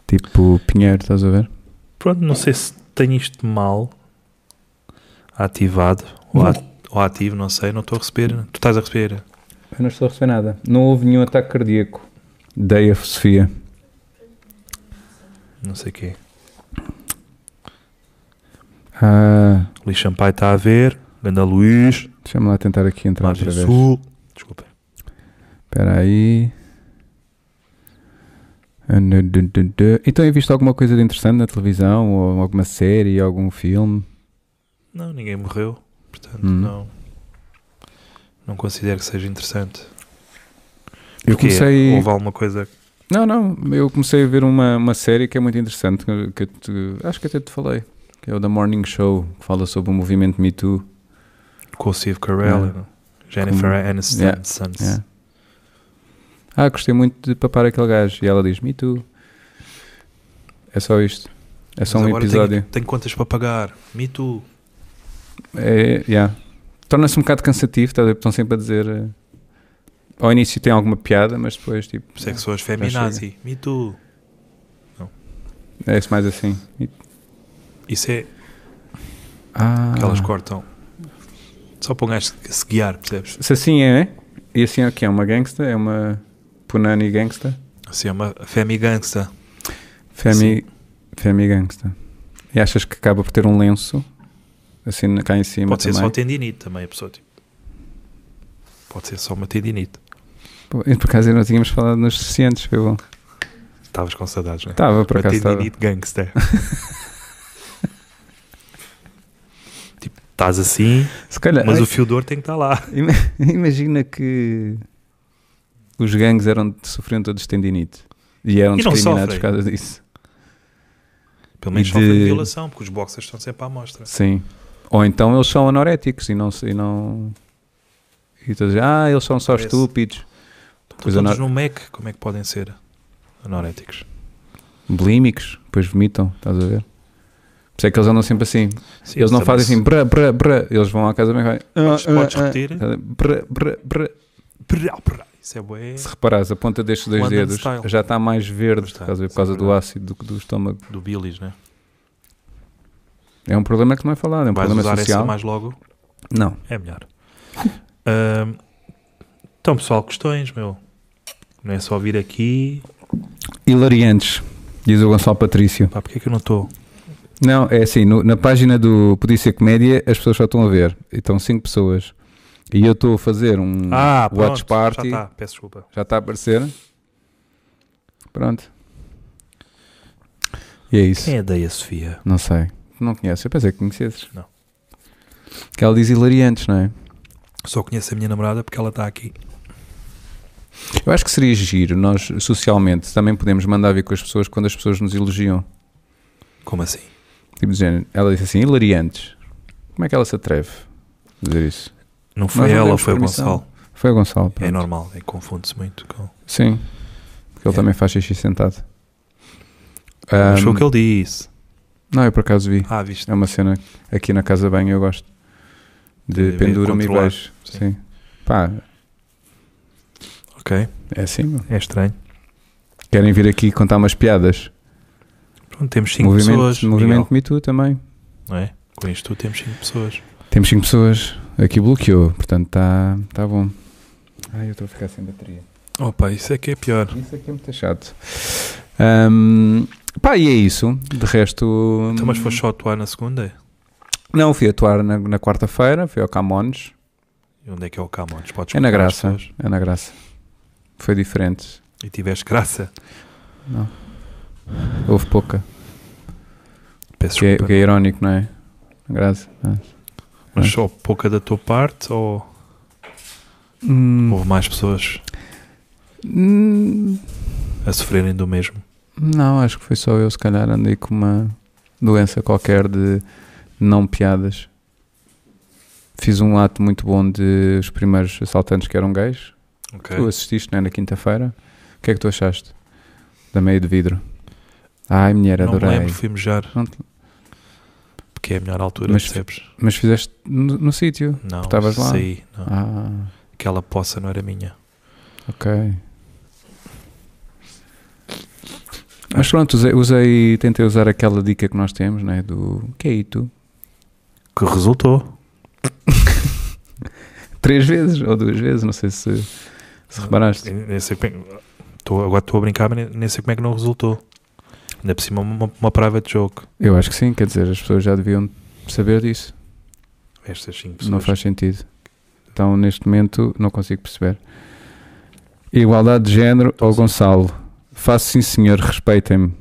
[SPEAKER 1] Tipo pinheiro, estás a ver?
[SPEAKER 2] Pronto, não sei se tenho isto mal ativado ou,
[SPEAKER 1] Não.
[SPEAKER 2] a- ou ativo, não sei, não estou a receber. Tu estás a receber?
[SPEAKER 1] Eu não estou a receber nada. Não houve nenhum ataque cardíaco. Dei a Sofia.
[SPEAKER 2] Não sei o quê.
[SPEAKER 1] Ah,
[SPEAKER 2] Luís Champaio está a ver. Ganda Luís.
[SPEAKER 1] deixa-me lá tentar aqui entrar
[SPEAKER 2] Margem
[SPEAKER 1] outra vez.
[SPEAKER 2] Sul. Desculpa.
[SPEAKER 1] Espera aí. Ana, dã, dã, dã. Então, é visto alguma coisa de interessante na televisão? Ou alguma série, algum filme?
[SPEAKER 2] Não, ninguém morreu. Portanto,
[SPEAKER 1] Hum.
[SPEAKER 2] não. Não considero que seja interessante.
[SPEAKER 1] Eu
[SPEAKER 2] Porquê?
[SPEAKER 1] comecei.
[SPEAKER 2] Houve alguma coisa.
[SPEAKER 1] Não, não. Eu comecei a ver uma, uma série que é muito interessante. Que, que eu te- acho que até te falei. Que é o The Morning Show. Que fala sobre o movimento Me Too.
[SPEAKER 2] com o Steve Carell,
[SPEAKER 1] Yeah.
[SPEAKER 2] Jennifer
[SPEAKER 1] Como-
[SPEAKER 2] Aniston.
[SPEAKER 1] É. Yeah.
[SPEAKER 2] Sons.
[SPEAKER 1] É. Ah, gostei muito de papar aquele gajo. E ela diz: Me Too. É só isto. É só
[SPEAKER 2] Mas
[SPEAKER 1] um
[SPEAKER 2] agora
[SPEAKER 1] episódio.
[SPEAKER 2] Tenho, tenho contas para pagar. Me too.
[SPEAKER 1] É, yeah. Torna-se um bocado cansativo, tá? a ver? estão sempre a dizer. eh, Ao início tem alguma piada, mas depois tipo.
[SPEAKER 2] Por isso é que sou as feminazi. Me too.
[SPEAKER 1] É isso mais assim. E-
[SPEAKER 2] Isso é
[SPEAKER 1] Ah,
[SPEAKER 2] que elas cortam. Só para um gajo se se guiar, percebes?
[SPEAKER 1] Se assim é, e assim é o que é? Uma gangsta? É uma Punani gangsta?
[SPEAKER 2] Assim, é uma femi gangsta.
[SPEAKER 1] Femi, femi gangsta. E achas que acaba por ter um lenço? Assim na- cá em cima
[SPEAKER 2] Pode ser
[SPEAKER 1] também.
[SPEAKER 2] só tendinite também, a pessoa. Tipo. Pode ser só uma tendinite.
[SPEAKER 1] Pô, e por acaso ainda não tínhamos falado nos suficientes, foi bom.
[SPEAKER 2] Estavas com saudades, não é?
[SPEAKER 1] Estava, Tá, por
[SPEAKER 2] Uma
[SPEAKER 1] acaso estava.
[SPEAKER 2] tendinite gangsta. tipo, estás assim,
[SPEAKER 1] Se calhar, é
[SPEAKER 2] mas o fio de ouro tem que estar lá.
[SPEAKER 1] Ima- Imagina que os gangues eram, sofriam todos de tendinite e eram
[SPEAKER 2] E não
[SPEAKER 1] discriminados
[SPEAKER 2] sofrem.
[SPEAKER 1] por causa disso.
[SPEAKER 2] Pelo menos
[SPEAKER 1] E
[SPEAKER 2] sofre de
[SPEAKER 1] de-
[SPEAKER 2] violação, porque os boxers estão sempre à amostra.
[SPEAKER 1] Sim. Ou então eles são anoréticos e não. se- E não e todos, ah, eles são só
[SPEAKER 2] Parece.
[SPEAKER 1] estúpidos.
[SPEAKER 2] Estão
[SPEAKER 1] Pois
[SPEAKER 2] todos
[SPEAKER 1] anor-
[SPEAKER 2] no MEC, como é que podem ser anoréticos?
[SPEAKER 1] Bulímicos, depois vomitam, estás a ver? Por isso é que eles andam sempre assim.
[SPEAKER 2] Sim,
[SPEAKER 1] Eles não
[SPEAKER 2] também
[SPEAKER 1] fazem assim,
[SPEAKER 2] se-
[SPEAKER 1] brá, brá, brá. Eles vão à casa bem vai.
[SPEAKER 2] Podes,
[SPEAKER 1] "Ah, ah,
[SPEAKER 2] podes
[SPEAKER 1] ah",
[SPEAKER 2] repetir?
[SPEAKER 1] estás a ver? Brá, brá, brá.
[SPEAKER 2] Perá, perá. Isso é bué
[SPEAKER 1] Se reparares, a ponta destes dois
[SPEAKER 2] London
[SPEAKER 1] dedos
[SPEAKER 2] style.
[SPEAKER 1] já está mais verde,
[SPEAKER 2] Está,
[SPEAKER 1] estás a ver? Por
[SPEAKER 2] isso é
[SPEAKER 1] causa do
[SPEAKER 2] verdade.
[SPEAKER 1] ácido do, do estômago.
[SPEAKER 2] do Billy's, né?
[SPEAKER 1] É um problema que não é falado, é um
[SPEAKER 2] Vais
[SPEAKER 1] problema
[SPEAKER 2] usar
[SPEAKER 1] social.
[SPEAKER 2] essa mais logo,
[SPEAKER 1] Não.
[SPEAKER 2] é melhor. Ahm, então, pessoal, questões, meu. Não é só vir aqui.
[SPEAKER 1] Hilariantes, diz o Gonçalo Patrício.
[SPEAKER 2] Pá, porquê é que eu não estou?
[SPEAKER 1] Não, é assim, no- na página do Podia Ser Comédia as pessoas só estão a ver. Então, cinco pessoas. E eu estou a fazer um
[SPEAKER 2] Ah, pronto,
[SPEAKER 1] watch party.
[SPEAKER 2] já está, peço desculpa.
[SPEAKER 1] Já está a aparecer. Pronto. E é isso.
[SPEAKER 2] Quem é a Deia Sofia?
[SPEAKER 1] Não sei. Não conheço. Eu pensei que conhecesses.
[SPEAKER 2] Não.
[SPEAKER 1] Que ela diz hilariantes, não é?
[SPEAKER 2] Só conheço a minha namorada porque ela está aqui.
[SPEAKER 1] Eu acho que seria giro. Nós, socialmente, também podemos mandar ver com as pessoas quando as pessoas nos elogiam.
[SPEAKER 2] Como assim?
[SPEAKER 1] Tipo de género. Ela disse assim, hilariantes. Como é que ela se atreve a dizer isso?
[SPEAKER 2] Não foi
[SPEAKER 1] não
[SPEAKER 2] ela,
[SPEAKER 1] demos
[SPEAKER 2] foi o
[SPEAKER 1] permissão.
[SPEAKER 2] Gonçalo.
[SPEAKER 1] Foi o Gonçalo. pronto.
[SPEAKER 2] É normal, é, confunde-se muito com.
[SPEAKER 1] Sim. Porque ele
[SPEAKER 2] É.
[SPEAKER 1] também faz xixi sentado.
[SPEAKER 2] Mas foi
[SPEAKER 1] Ahm,
[SPEAKER 2] o que ele disse.
[SPEAKER 1] Não, eu por acaso vi.
[SPEAKER 2] Ah, viste?
[SPEAKER 1] É uma cena aqui na casa bem eu gosto.
[SPEAKER 2] De
[SPEAKER 1] De
[SPEAKER 2] ver,
[SPEAKER 1] pendura-me e
[SPEAKER 2] controlar.
[SPEAKER 1] beijo.
[SPEAKER 2] Sim.
[SPEAKER 1] Sim. Pá,
[SPEAKER 2] Ok,
[SPEAKER 1] é assim, meu.
[SPEAKER 2] é estranho.
[SPEAKER 1] Querem vir aqui contar umas piadas?
[SPEAKER 2] Pronto, temos 5
[SPEAKER 1] movimento
[SPEAKER 2] pessoas.
[SPEAKER 1] movimento
[SPEAKER 2] Miguel,
[SPEAKER 1] Me Too também.
[SPEAKER 2] não é? Com isto temos 5 pessoas.
[SPEAKER 1] Temos 5 pessoas. Aqui bloqueou, portanto está tá bom. Ai, eu estou a ficar sem bateria.
[SPEAKER 2] Opa, isso é que é pior.
[SPEAKER 1] Isso aqui é muito chato. Ahm, pá, e é isso. De resto.
[SPEAKER 2] Então, mas foste só atuar na segunda?
[SPEAKER 1] Não, fui atuar na, na quarta-feira, fui ao Camões.
[SPEAKER 2] E onde é que é o Camões? Podes
[SPEAKER 1] É na
[SPEAKER 2] contar às
[SPEAKER 1] graça.
[SPEAKER 2] pessoas.
[SPEAKER 1] É na graça. Foi diferente.
[SPEAKER 2] E tiveste graça.
[SPEAKER 1] Não. Houve pouca.
[SPEAKER 2] Peço
[SPEAKER 1] Que é,
[SPEAKER 2] desculpa.
[SPEAKER 1] que é irónico, não é? Graças.
[SPEAKER 2] Mas só pouca da tua parte ou
[SPEAKER 1] Hum,
[SPEAKER 2] houve mais pessoas
[SPEAKER 1] hum,
[SPEAKER 2] a sofrerem do mesmo?
[SPEAKER 1] não, acho que foi só eu, se calhar, andei com uma doença qualquer de não piadas. Fiz um ato muito bom de os primeiros assaltantes que eram gays.
[SPEAKER 2] Ok.
[SPEAKER 1] Tu assististe, não é? Na quinta-feira. O que é que tu achaste? Da meia de vidro. Ai, mulher,
[SPEAKER 2] Não me
[SPEAKER 1] adorei.
[SPEAKER 2] lembro, fui mejar.
[SPEAKER 1] Não te-
[SPEAKER 2] Porque é a melhor altura,
[SPEAKER 1] Mas-
[SPEAKER 2] percebes?
[SPEAKER 1] Mas fizeste no, no sítio.
[SPEAKER 2] Não,
[SPEAKER 1] estavas lá?
[SPEAKER 2] saí. Não.
[SPEAKER 1] Ah,
[SPEAKER 2] Aquela poça não era minha.
[SPEAKER 1] ok. Mas pronto, usei, usei- tentei usar aquela dica que nós temos, né? Do que é isso?
[SPEAKER 2] Que resultou.
[SPEAKER 1] Três vezes ou duas vezes, não sei se, se reparaste.
[SPEAKER 2] Nem- nem sei como é que- Tô- agora estou a brincar, mas nem, nem sei como é que não resultou. Ainda por cima, uma, uma private joke.
[SPEAKER 1] Eu acho que sim, quer dizer, as pessoas já deviam saber disso.
[SPEAKER 2] Estas 5
[SPEAKER 1] Não
[SPEAKER 2] pessoas.
[SPEAKER 1] faz sentido. Então, neste momento, não consigo perceber. Igualdade de género ao Gonçalo. Faço sim, senhor, respeitem-me.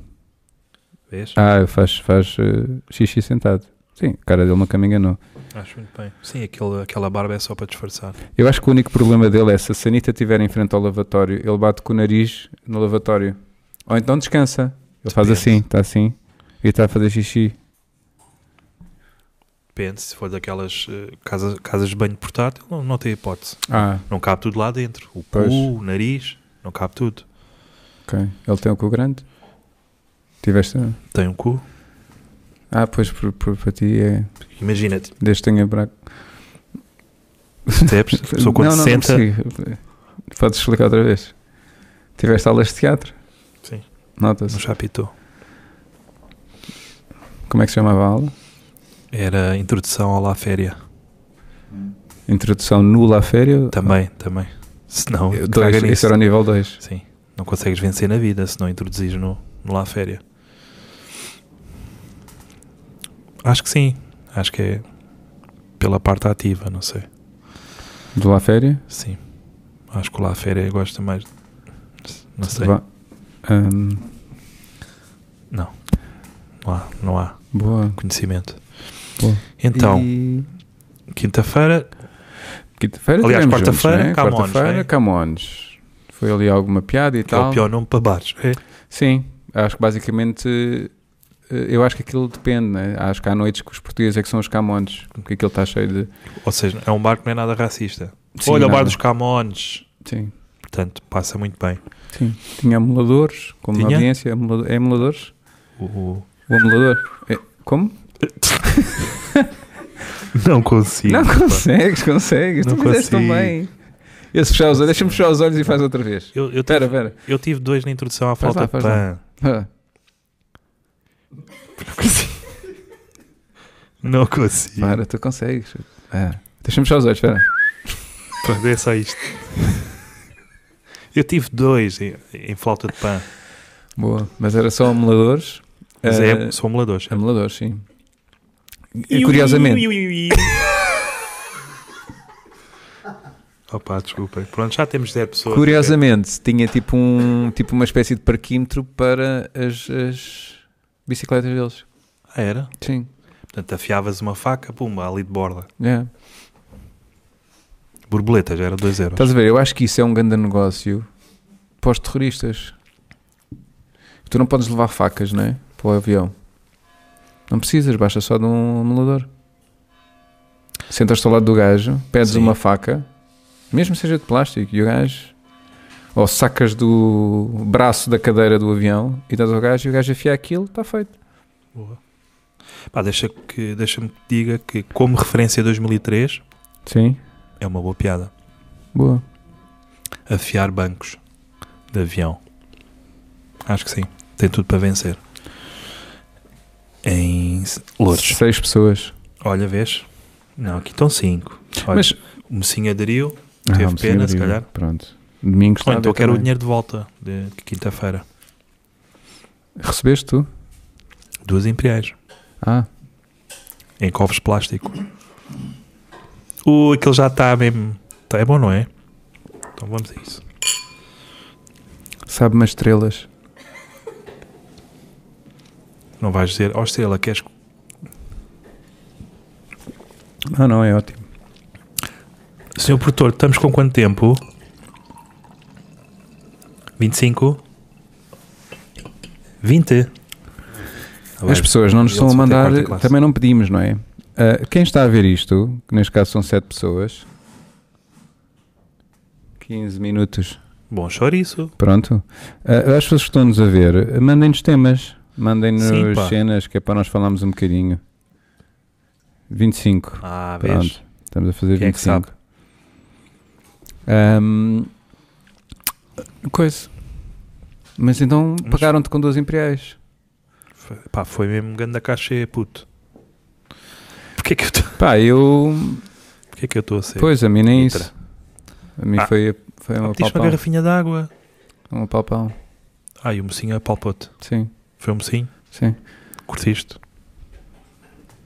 [SPEAKER 2] Vês?
[SPEAKER 1] Ah, faz, faz eh, xixi sentado. Sim, a cara dele nunca me enganou.
[SPEAKER 2] Acho muito bem. Sim, aquele, aquela barba é só para disfarçar.
[SPEAKER 1] Eu acho que o único problema dele é se a sanita estiver em frente ao lavatório, ele bate com o nariz no lavatório. Ou então descansa. Ele faz
[SPEAKER 2] Depende.
[SPEAKER 1] assim, está assim. E está a fazer xixi.
[SPEAKER 2] Depende, se for daquelas eh, casas, casas de banho portátil, não, não tem hipótese.
[SPEAKER 1] Ah,
[SPEAKER 2] Não cabe tudo lá dentro. O
[SPEAKER 1] Pois.
[SPEAKER 2] cu, o nariz, não cabe tudo.
[SPEAKER 1] ok. Ele tem o cu grande? Tiveste.
[SPEAKER 2] Tem um cu.
[SPEAKER 1] Ah, pois por- por- para ti é.
[SPEAKER 2] Imagina-te,
[SPEAKER 1] Desde que tenha buraco.
[SPEAKER 2] percebes? A pessoa quando
[SPEAKER 1] não, não,
[SPEAKER 2] senta.
[SPEAKER 1] Não percebi. Podes explicar outra vez. Tiveste aulas de teatro?
[SPEAKER 2] Sim.
[SPEAKER 1] Nota-se.
[SPEAKER 2] não já apitou.
[SPEAKER 1] Como é que se chamava a aula?
[SPEAKER 2] Era a introdução ao La Féria.
[SPEAKER 1] Introdução nula à férias?
[SPEAKER 2] Também, também. Se não, caga
[SPEAKER 1] Isso
[SPEAKER 2] nisso.
[SPEAKER 1] era o nível 2.
[SPEAKER 2] Sim. Não consegues vencer na vida se não introduzires no, no lá à féria. Acho que sim. Acho que é pela parte ativa, não sei.
[SPEAKER 1] Do lá à féria?
[SPEAKER 2] Sim. Acho que o lá à féria gosta mais. Não sei.
[SPEAKER 1] Vá. Ahm,
[SPEAKER 2] Não há, não há
[SPEAKER 1] boa.
[SPEAKER 2] conhecimento.
[SPEAKER 1] Boa.
[SPEAKER 2] Então,
[SPEAKER 1] E-
[SPEAKER 2] quinta-feira,
[SPEAKER 1] Quinta-feira
[SPEAKER 2] Aliás,
[SPEAKER 1] tivemos
[SPEAKER 2] quarta-feira,
[SPEAKER 1] juntos, né?
[SPEAKER 2] Camões,
[SPEAKER 1] Quarta-feira,
[SPEAKER 2] né?
[SPEAKER 1] Camões. Foi ali alguma piada e
[SPEAKER 2] que é o
[SPEAKER 1] tal.
[SPEAKER 2] pior nome para bares. É.
[SPEAKER 1] Sim, acho que basicamente. eh, Eu acho que aquilo depende, né? Acho que há noites que os portugueses é que são os Camões, porque aquilo está cheio de.
[SPEAKER 2] Ou seja, é um bar que não é nada racista.
[SPEAKER 1] Sim,
[SPEAKER 2] Olha, o bar
[SPEAKER 1] nada.
[SPEAKER 2] dos Camões.
[SPEAKER 1] Sim,
[SPEAKER 2] Portanto, passa muito bem.
[SPEAKER 1] sim. Tinha emuladores, como na
[SPEAKER 2] Tinha?
[SPEAKER 1] audiência, emulado- é emuladores?
[SPEAKER 2] O- o-
[SPEAKER 1] O emulador. É- como?
[SPEAKER 2] Não consigo.
[SPEAKER 1] não
[SPEAKER 2] pá.
[SPEAKER 1] consegues, consegues.
[SPEAKER 2] Não
[SPEAKER 1] tu fizeste tão
[SPEAKER 2] consigo.
[SPEAKER 1] bem. Esse fechar os olhos, deixa-me fechar os olhos e faz outra vez.
[SPEAKER 2] Eu, eu,
[SPEAKER 1] Espera,
[SPEAKER 2] tive,
[SPEAKER 1] espera.
[SPEAKER 2] eu tive dois na introdução à
[SPEAKER 1] Faz
[SPEAKER 2] falta
[SPEAKER 1] lá, faz
[SPEAKER 2] de pan.
[SPEAKER 1] Ah,
[SPEAKER 2] Não consigo.
[SPEAKER 1] para, tu consegues. Ah, deixa-me fechar os olhos, espera.
[SPEAKER 2] Pronto, é só isto. Eu tive dois em, em flauta de pan.
[SPEAKER 1] Boa, mas era só emuladores.
[SPEAKER 2] Mas
[SPEAKER 1] Eh,
[SPEAKER 2] é, são emuladores.
[SPEAKER 1] emuladores, sim. E, curiosamente,
[SPEAKER 2] Opa, desculpem. Pronto, já temos 10 pessoas.
[SPEAKER 1] curiosamente tinha tipo, um, tipo uma espécie de parquímetro para as, as bicicletas deles.
[SPEAKER 2] Ah, era?
[SPEAKER 1] Sim,
[SPEAKER 2] Portanto, afiavas uma faca, pumba, ali de borda.
[SPEAKER 1] é.
[SPEAKER 2] Borboletas, era 2 euros.
[SPEAKER 1] Estás a ver? Eu acho que isso é um grande negócio para os terroristas. Tu não podes levar facas, não é? Para o avião. Não precisas, basta só de um emulador. Sentas-te ao lado do gajo, pedes
[SPEAKER 2] Sim.
[SPEAKER 1] uma faca, mesmo que seja de plástico, e o gajo. Ou sacas do braço da cadeira do avião e dás ao gajo e o gajo afia aquilo, está feito.
[SPEAKER 2] Boa. Pá, deixa que, deixa-me que diga que, como referência a 2003,
[SPEAKER 1] Sim.
[SPEAKER 2] é uma boa piada.
[SPEAKER 1] Boa.
[SPEAKER 2] Afiar bancos de avião. Acho que sim. Tem tudo para vencer. Em Lourdes.
[SPEAKER 1] Seis pessoas.
[SPEAKER 2] Olha, vês? Não, aqui estão cinco. Olha,
[SPEAKER 1] Mas.
[SPEAKER 2] o mocinho aderiu.
[SPEAKER 1] Ah,
[SPEAKER 2] teve
[SPEAKER 1] vamos
[SPEAKER 2] pena, se
[SPEAKER 1] abrir.
[SPEAKER 2] calhar.
[SPEAKER 1] Pronto. Domingos está
[SPEAKER 2] Ou
[SPEAKER 1] a
[SPEAKER 2] então
[SPEAKER 1] ver
[SPEAKER 2] quero o
[SPEAKER 1] também.
[SPEAKER 2] dinheiro de volta de de quinta-feira.
[SPEAKER 1] Recebeste tu?
[SPEAKER 2] Duas imperiais.
[SPEAKER 1] Ah,
[SPEAKER 2] Em covos de plástico. Uh, aquele já está mesmo. Tá, é bom, não é? Então vamos a isso.
[SPEAKER 1] sabe-me as estrelas.
[SPEAKER 2] Não vais dizer, ó estrela, queres. co-"
[SPEAKER 1] Não, não, é ótimo.
[SPEAKER 2] Senhor produtor, estamos com quanto tempo? 25? 20?
[SPEAKER 1] As pessoas não nos estão a mandar, eh, também não pedimos, não é? Ah, quem está a ver isto, que neste caso são 7 pessoas, 15 minutos,
[SPEAKER 2] Bom chouriço.
[SPEAKER 1] pronto. Ah, as pessoas que estão-nos a ver, mandem-nos temas,
[SPEAKER 2] Sim,
[SPEAKER 1] mandem-nos
[SPEAKER 2] pá.
[SPEAKER 1] cenas, que é para nós falarmos um bocadinho. 25,
[SPEAKER 2] Ah, vês?
[SPEAKER 1] pronto, estamos a fazer
[SPEAKER 2] Quem é que
[SPEAKER 1] 25.
[SPEAKER 2] sabe?
[SPEAKER 1] Ahm, coisa. Mas então
[SPEAKER 2] Mas-
[SPEAKER 1] pagaram-te com 12 imperiais.
[SPEAKER 2] Foi, pá, foi mesmo ganda cachê, puto. Porquê que eu tô-
[SPEAKER 1] Pá, eu.
[SPEAKER 2] porquê que eu estou a ser?
[SPEAKER 1] Pois, a mim nem
[SPEAKER 2] Entra.
[SPEAKER 1] isso. A mim
[SPEAKER 2] Ah.
[SPEAKER 1] foi, foi
[SPEAKER 2] Ah,
[SPEAKER 1] uma
[SPEAKER 2] pediste uma
[SPEAKER 1] palpão.
[SPEAKER 2] garrafinha de água.
[SPEAKER 1] Um palpão.
[SPEAKER 2] Ah, e o mocinho é palpote.
[SPEAKER 1] Sim,
[SPEAKER 2] Foi um mocinho?
[SPEAKER 1] sim.
[SPEAKER 2] Curtiste?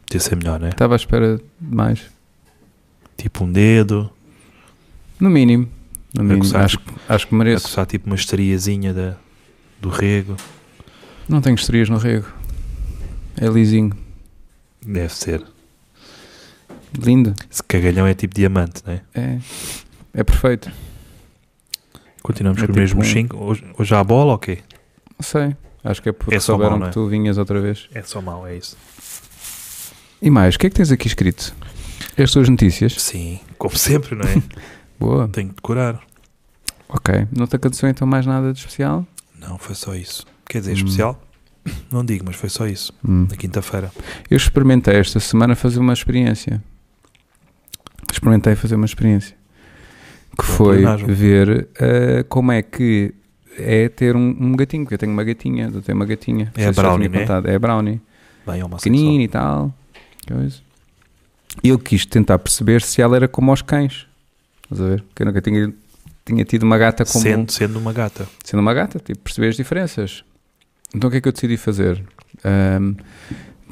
[SPEAKER 2] Podia ser melhor, né?
[SPEAKER 1] Estava à espera de mais.
[SPEAKER 2] Tipo um dedo,
[SPEAKER 1] No mínimo. No mínimo.
[SPEAKER 2] Acusar,
[SPEAKER 1] Acho, acho que mereço.
[SPEAKER 2] acusar tipo uma estariazinha da, do rego.
[SPEAKER 1] Não tenho estrias no rego. É lisinho.
[SPEAKER 2] Deve ser.
[SPEAKER 1] Lindo.
[SPEAKER 2] Esse cagalhão é tipo diamante, né?
[SPEAKER 1] É. É perfeito.
[SPEAKER 2] Continuamos
[SPEAKER 1] É
[SPEAKER 2] com os
[SPEAKER 1] tipo
[SPEAKER 2] mesmos
[SPEAKER 1] um-
[SPEAKER 2] cinco. Hoje, hoje há bola ou quê?
[SPEAKER 1] Não sei. Acho que é porque
[SPEAKER 2] É só
[SPEAKER 1] souberam
[SPEAKER 2] mau, não é?
[SPEAKER 1] que tu vinhas outra vez.
[SPEAKER 2] É só mal, é isso.
[SPEAKER 1] E mais, o que é que tens aqui escrito? As tuas notícias?
[SPEAKER 2] Sim, como sempre, não é?
[SPEAKER 1] Boa.
[SPEAKER 2] Tenho que decorar.
[SPEAKER 1] Ok. Não te aconteceu então mais nada de especial?
[SPEAKER 2] Não, foi só isso. Quer dizer, é
[SPEAKER 1] Hum.
[SPEAKER 2] especial? Não digo, mas foi só isso.
[SPEAKER 1] Hum.
[SPEAKER 2] Na quinta-feira.
[SPEAKER 1] Eu experimentei esta semana fazer uma experiência. Experimentei fazer uma experiência. Que foi
[SPEAKER 2] plenagem.
[SPEAKER 1] ver ah, como é que é ter um, um gatinho, porque eu tenho uma gatinha, eu tenho uma gatinha. Não
[SPEAKER 2] É
[SPEAKER 1] sei se já
[SPEAKER 2] brownie,
[SPEAKER 1] tinha
[SPEAKER 2] né?
[SPEAKER 1] contado. É brownie.
[SPEAKER 2] Bem homossexual.
[SPEAKER 1] Pequenina e tal. Coisa. E eu quis tentar perceber se ela era como aos cães. Estás a ver? Porque eu nunca tinha, tinha tido uma gata como
[SPEAKER 2] Sendo, sendo uma gata.
[SPEAKER 1] sendo uma gata, tipo, perceber as diferenças. Então o que é que eu decidi fazer? Ahm,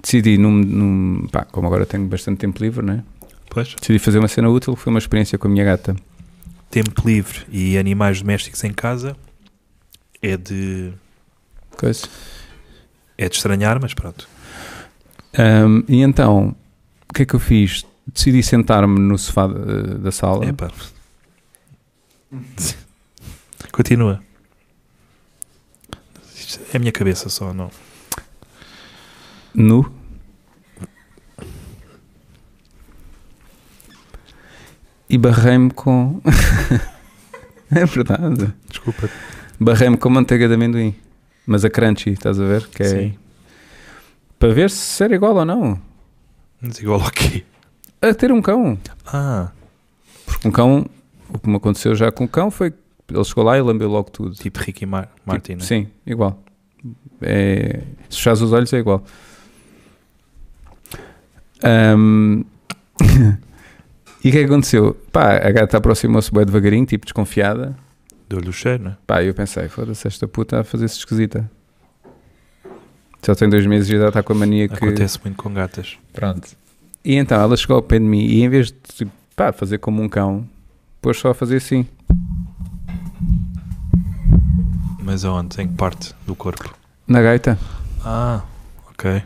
[SPEAKER 1] decidi, num, num- pá, como agora tenho bastante tempo livre, né?
[SPEAKER 2] Pois.
[SPEAKER 1] decidi fazer uma cena útil, foi uma experiência com a minha gata.
[SPEAKER 2] Tempo livre e animais domésticos em casa é de,
[SPEAKER 1] Coisa.
[SPEAKER 2] é de estranhar, mas pronto.
[SPEAKER 1] Ahm, e então, o que é que eu fiz? Decidi sentar-me no sofá eh, da sala.
[SPEAKER 2] Epá. Continua. Isto É a minha cabeça só, não.
[SPEAKER 1] nu. E barrei-me com. é verdade.
[SPEAKER 2] Desculpa.
[SPEAKER 1] Barrei-me com manteiga de amendoim. Mas a crunchy, estás a ver? Que é
[SPEAKER 2] Sim.
[SPEAKER 1] Para ver se era igual ou não.
[SPEAKER 2] Mas igual ao quê?
[SPEAKER 1] A ter um cão.
[SPEAKER 2] Ah,
[SPEAKER 1] Porque um cão, o que me aconteceu já com o cão foi que ele chegou lá e lambeu logo tudo.
[SPEAKER 2] tipo Ricky Mar Martin, né?
[SPEAKER 1] Sim, igual. É, se fechares os olhos é igual. Ahm, e o que é que aconteceu? Pá, a gata aproximou-se bem devagarinho, tipo desconfiada.
[SPEAKER 2] Deu-lhe o cheiro, né?
[SPEAKER 1] Pá, eu pensei, foda-se, esta puta a fazer-se esquisita. Só tem dois meses e já está com a mania É que.
[SPEAKER 2] Acontece muito com gatas.
[SPEAKER 1] Pronto. E então ela chegou ao pé de mim e em vez de tipo, pá, fazer como um cão, pôs só a fazer assim.
[SPEAKER 2] Mas aonde? Em que parte do corpo?
[SPEAKER 1] Na gaita.
[SPEAKER 2] Ah, ok.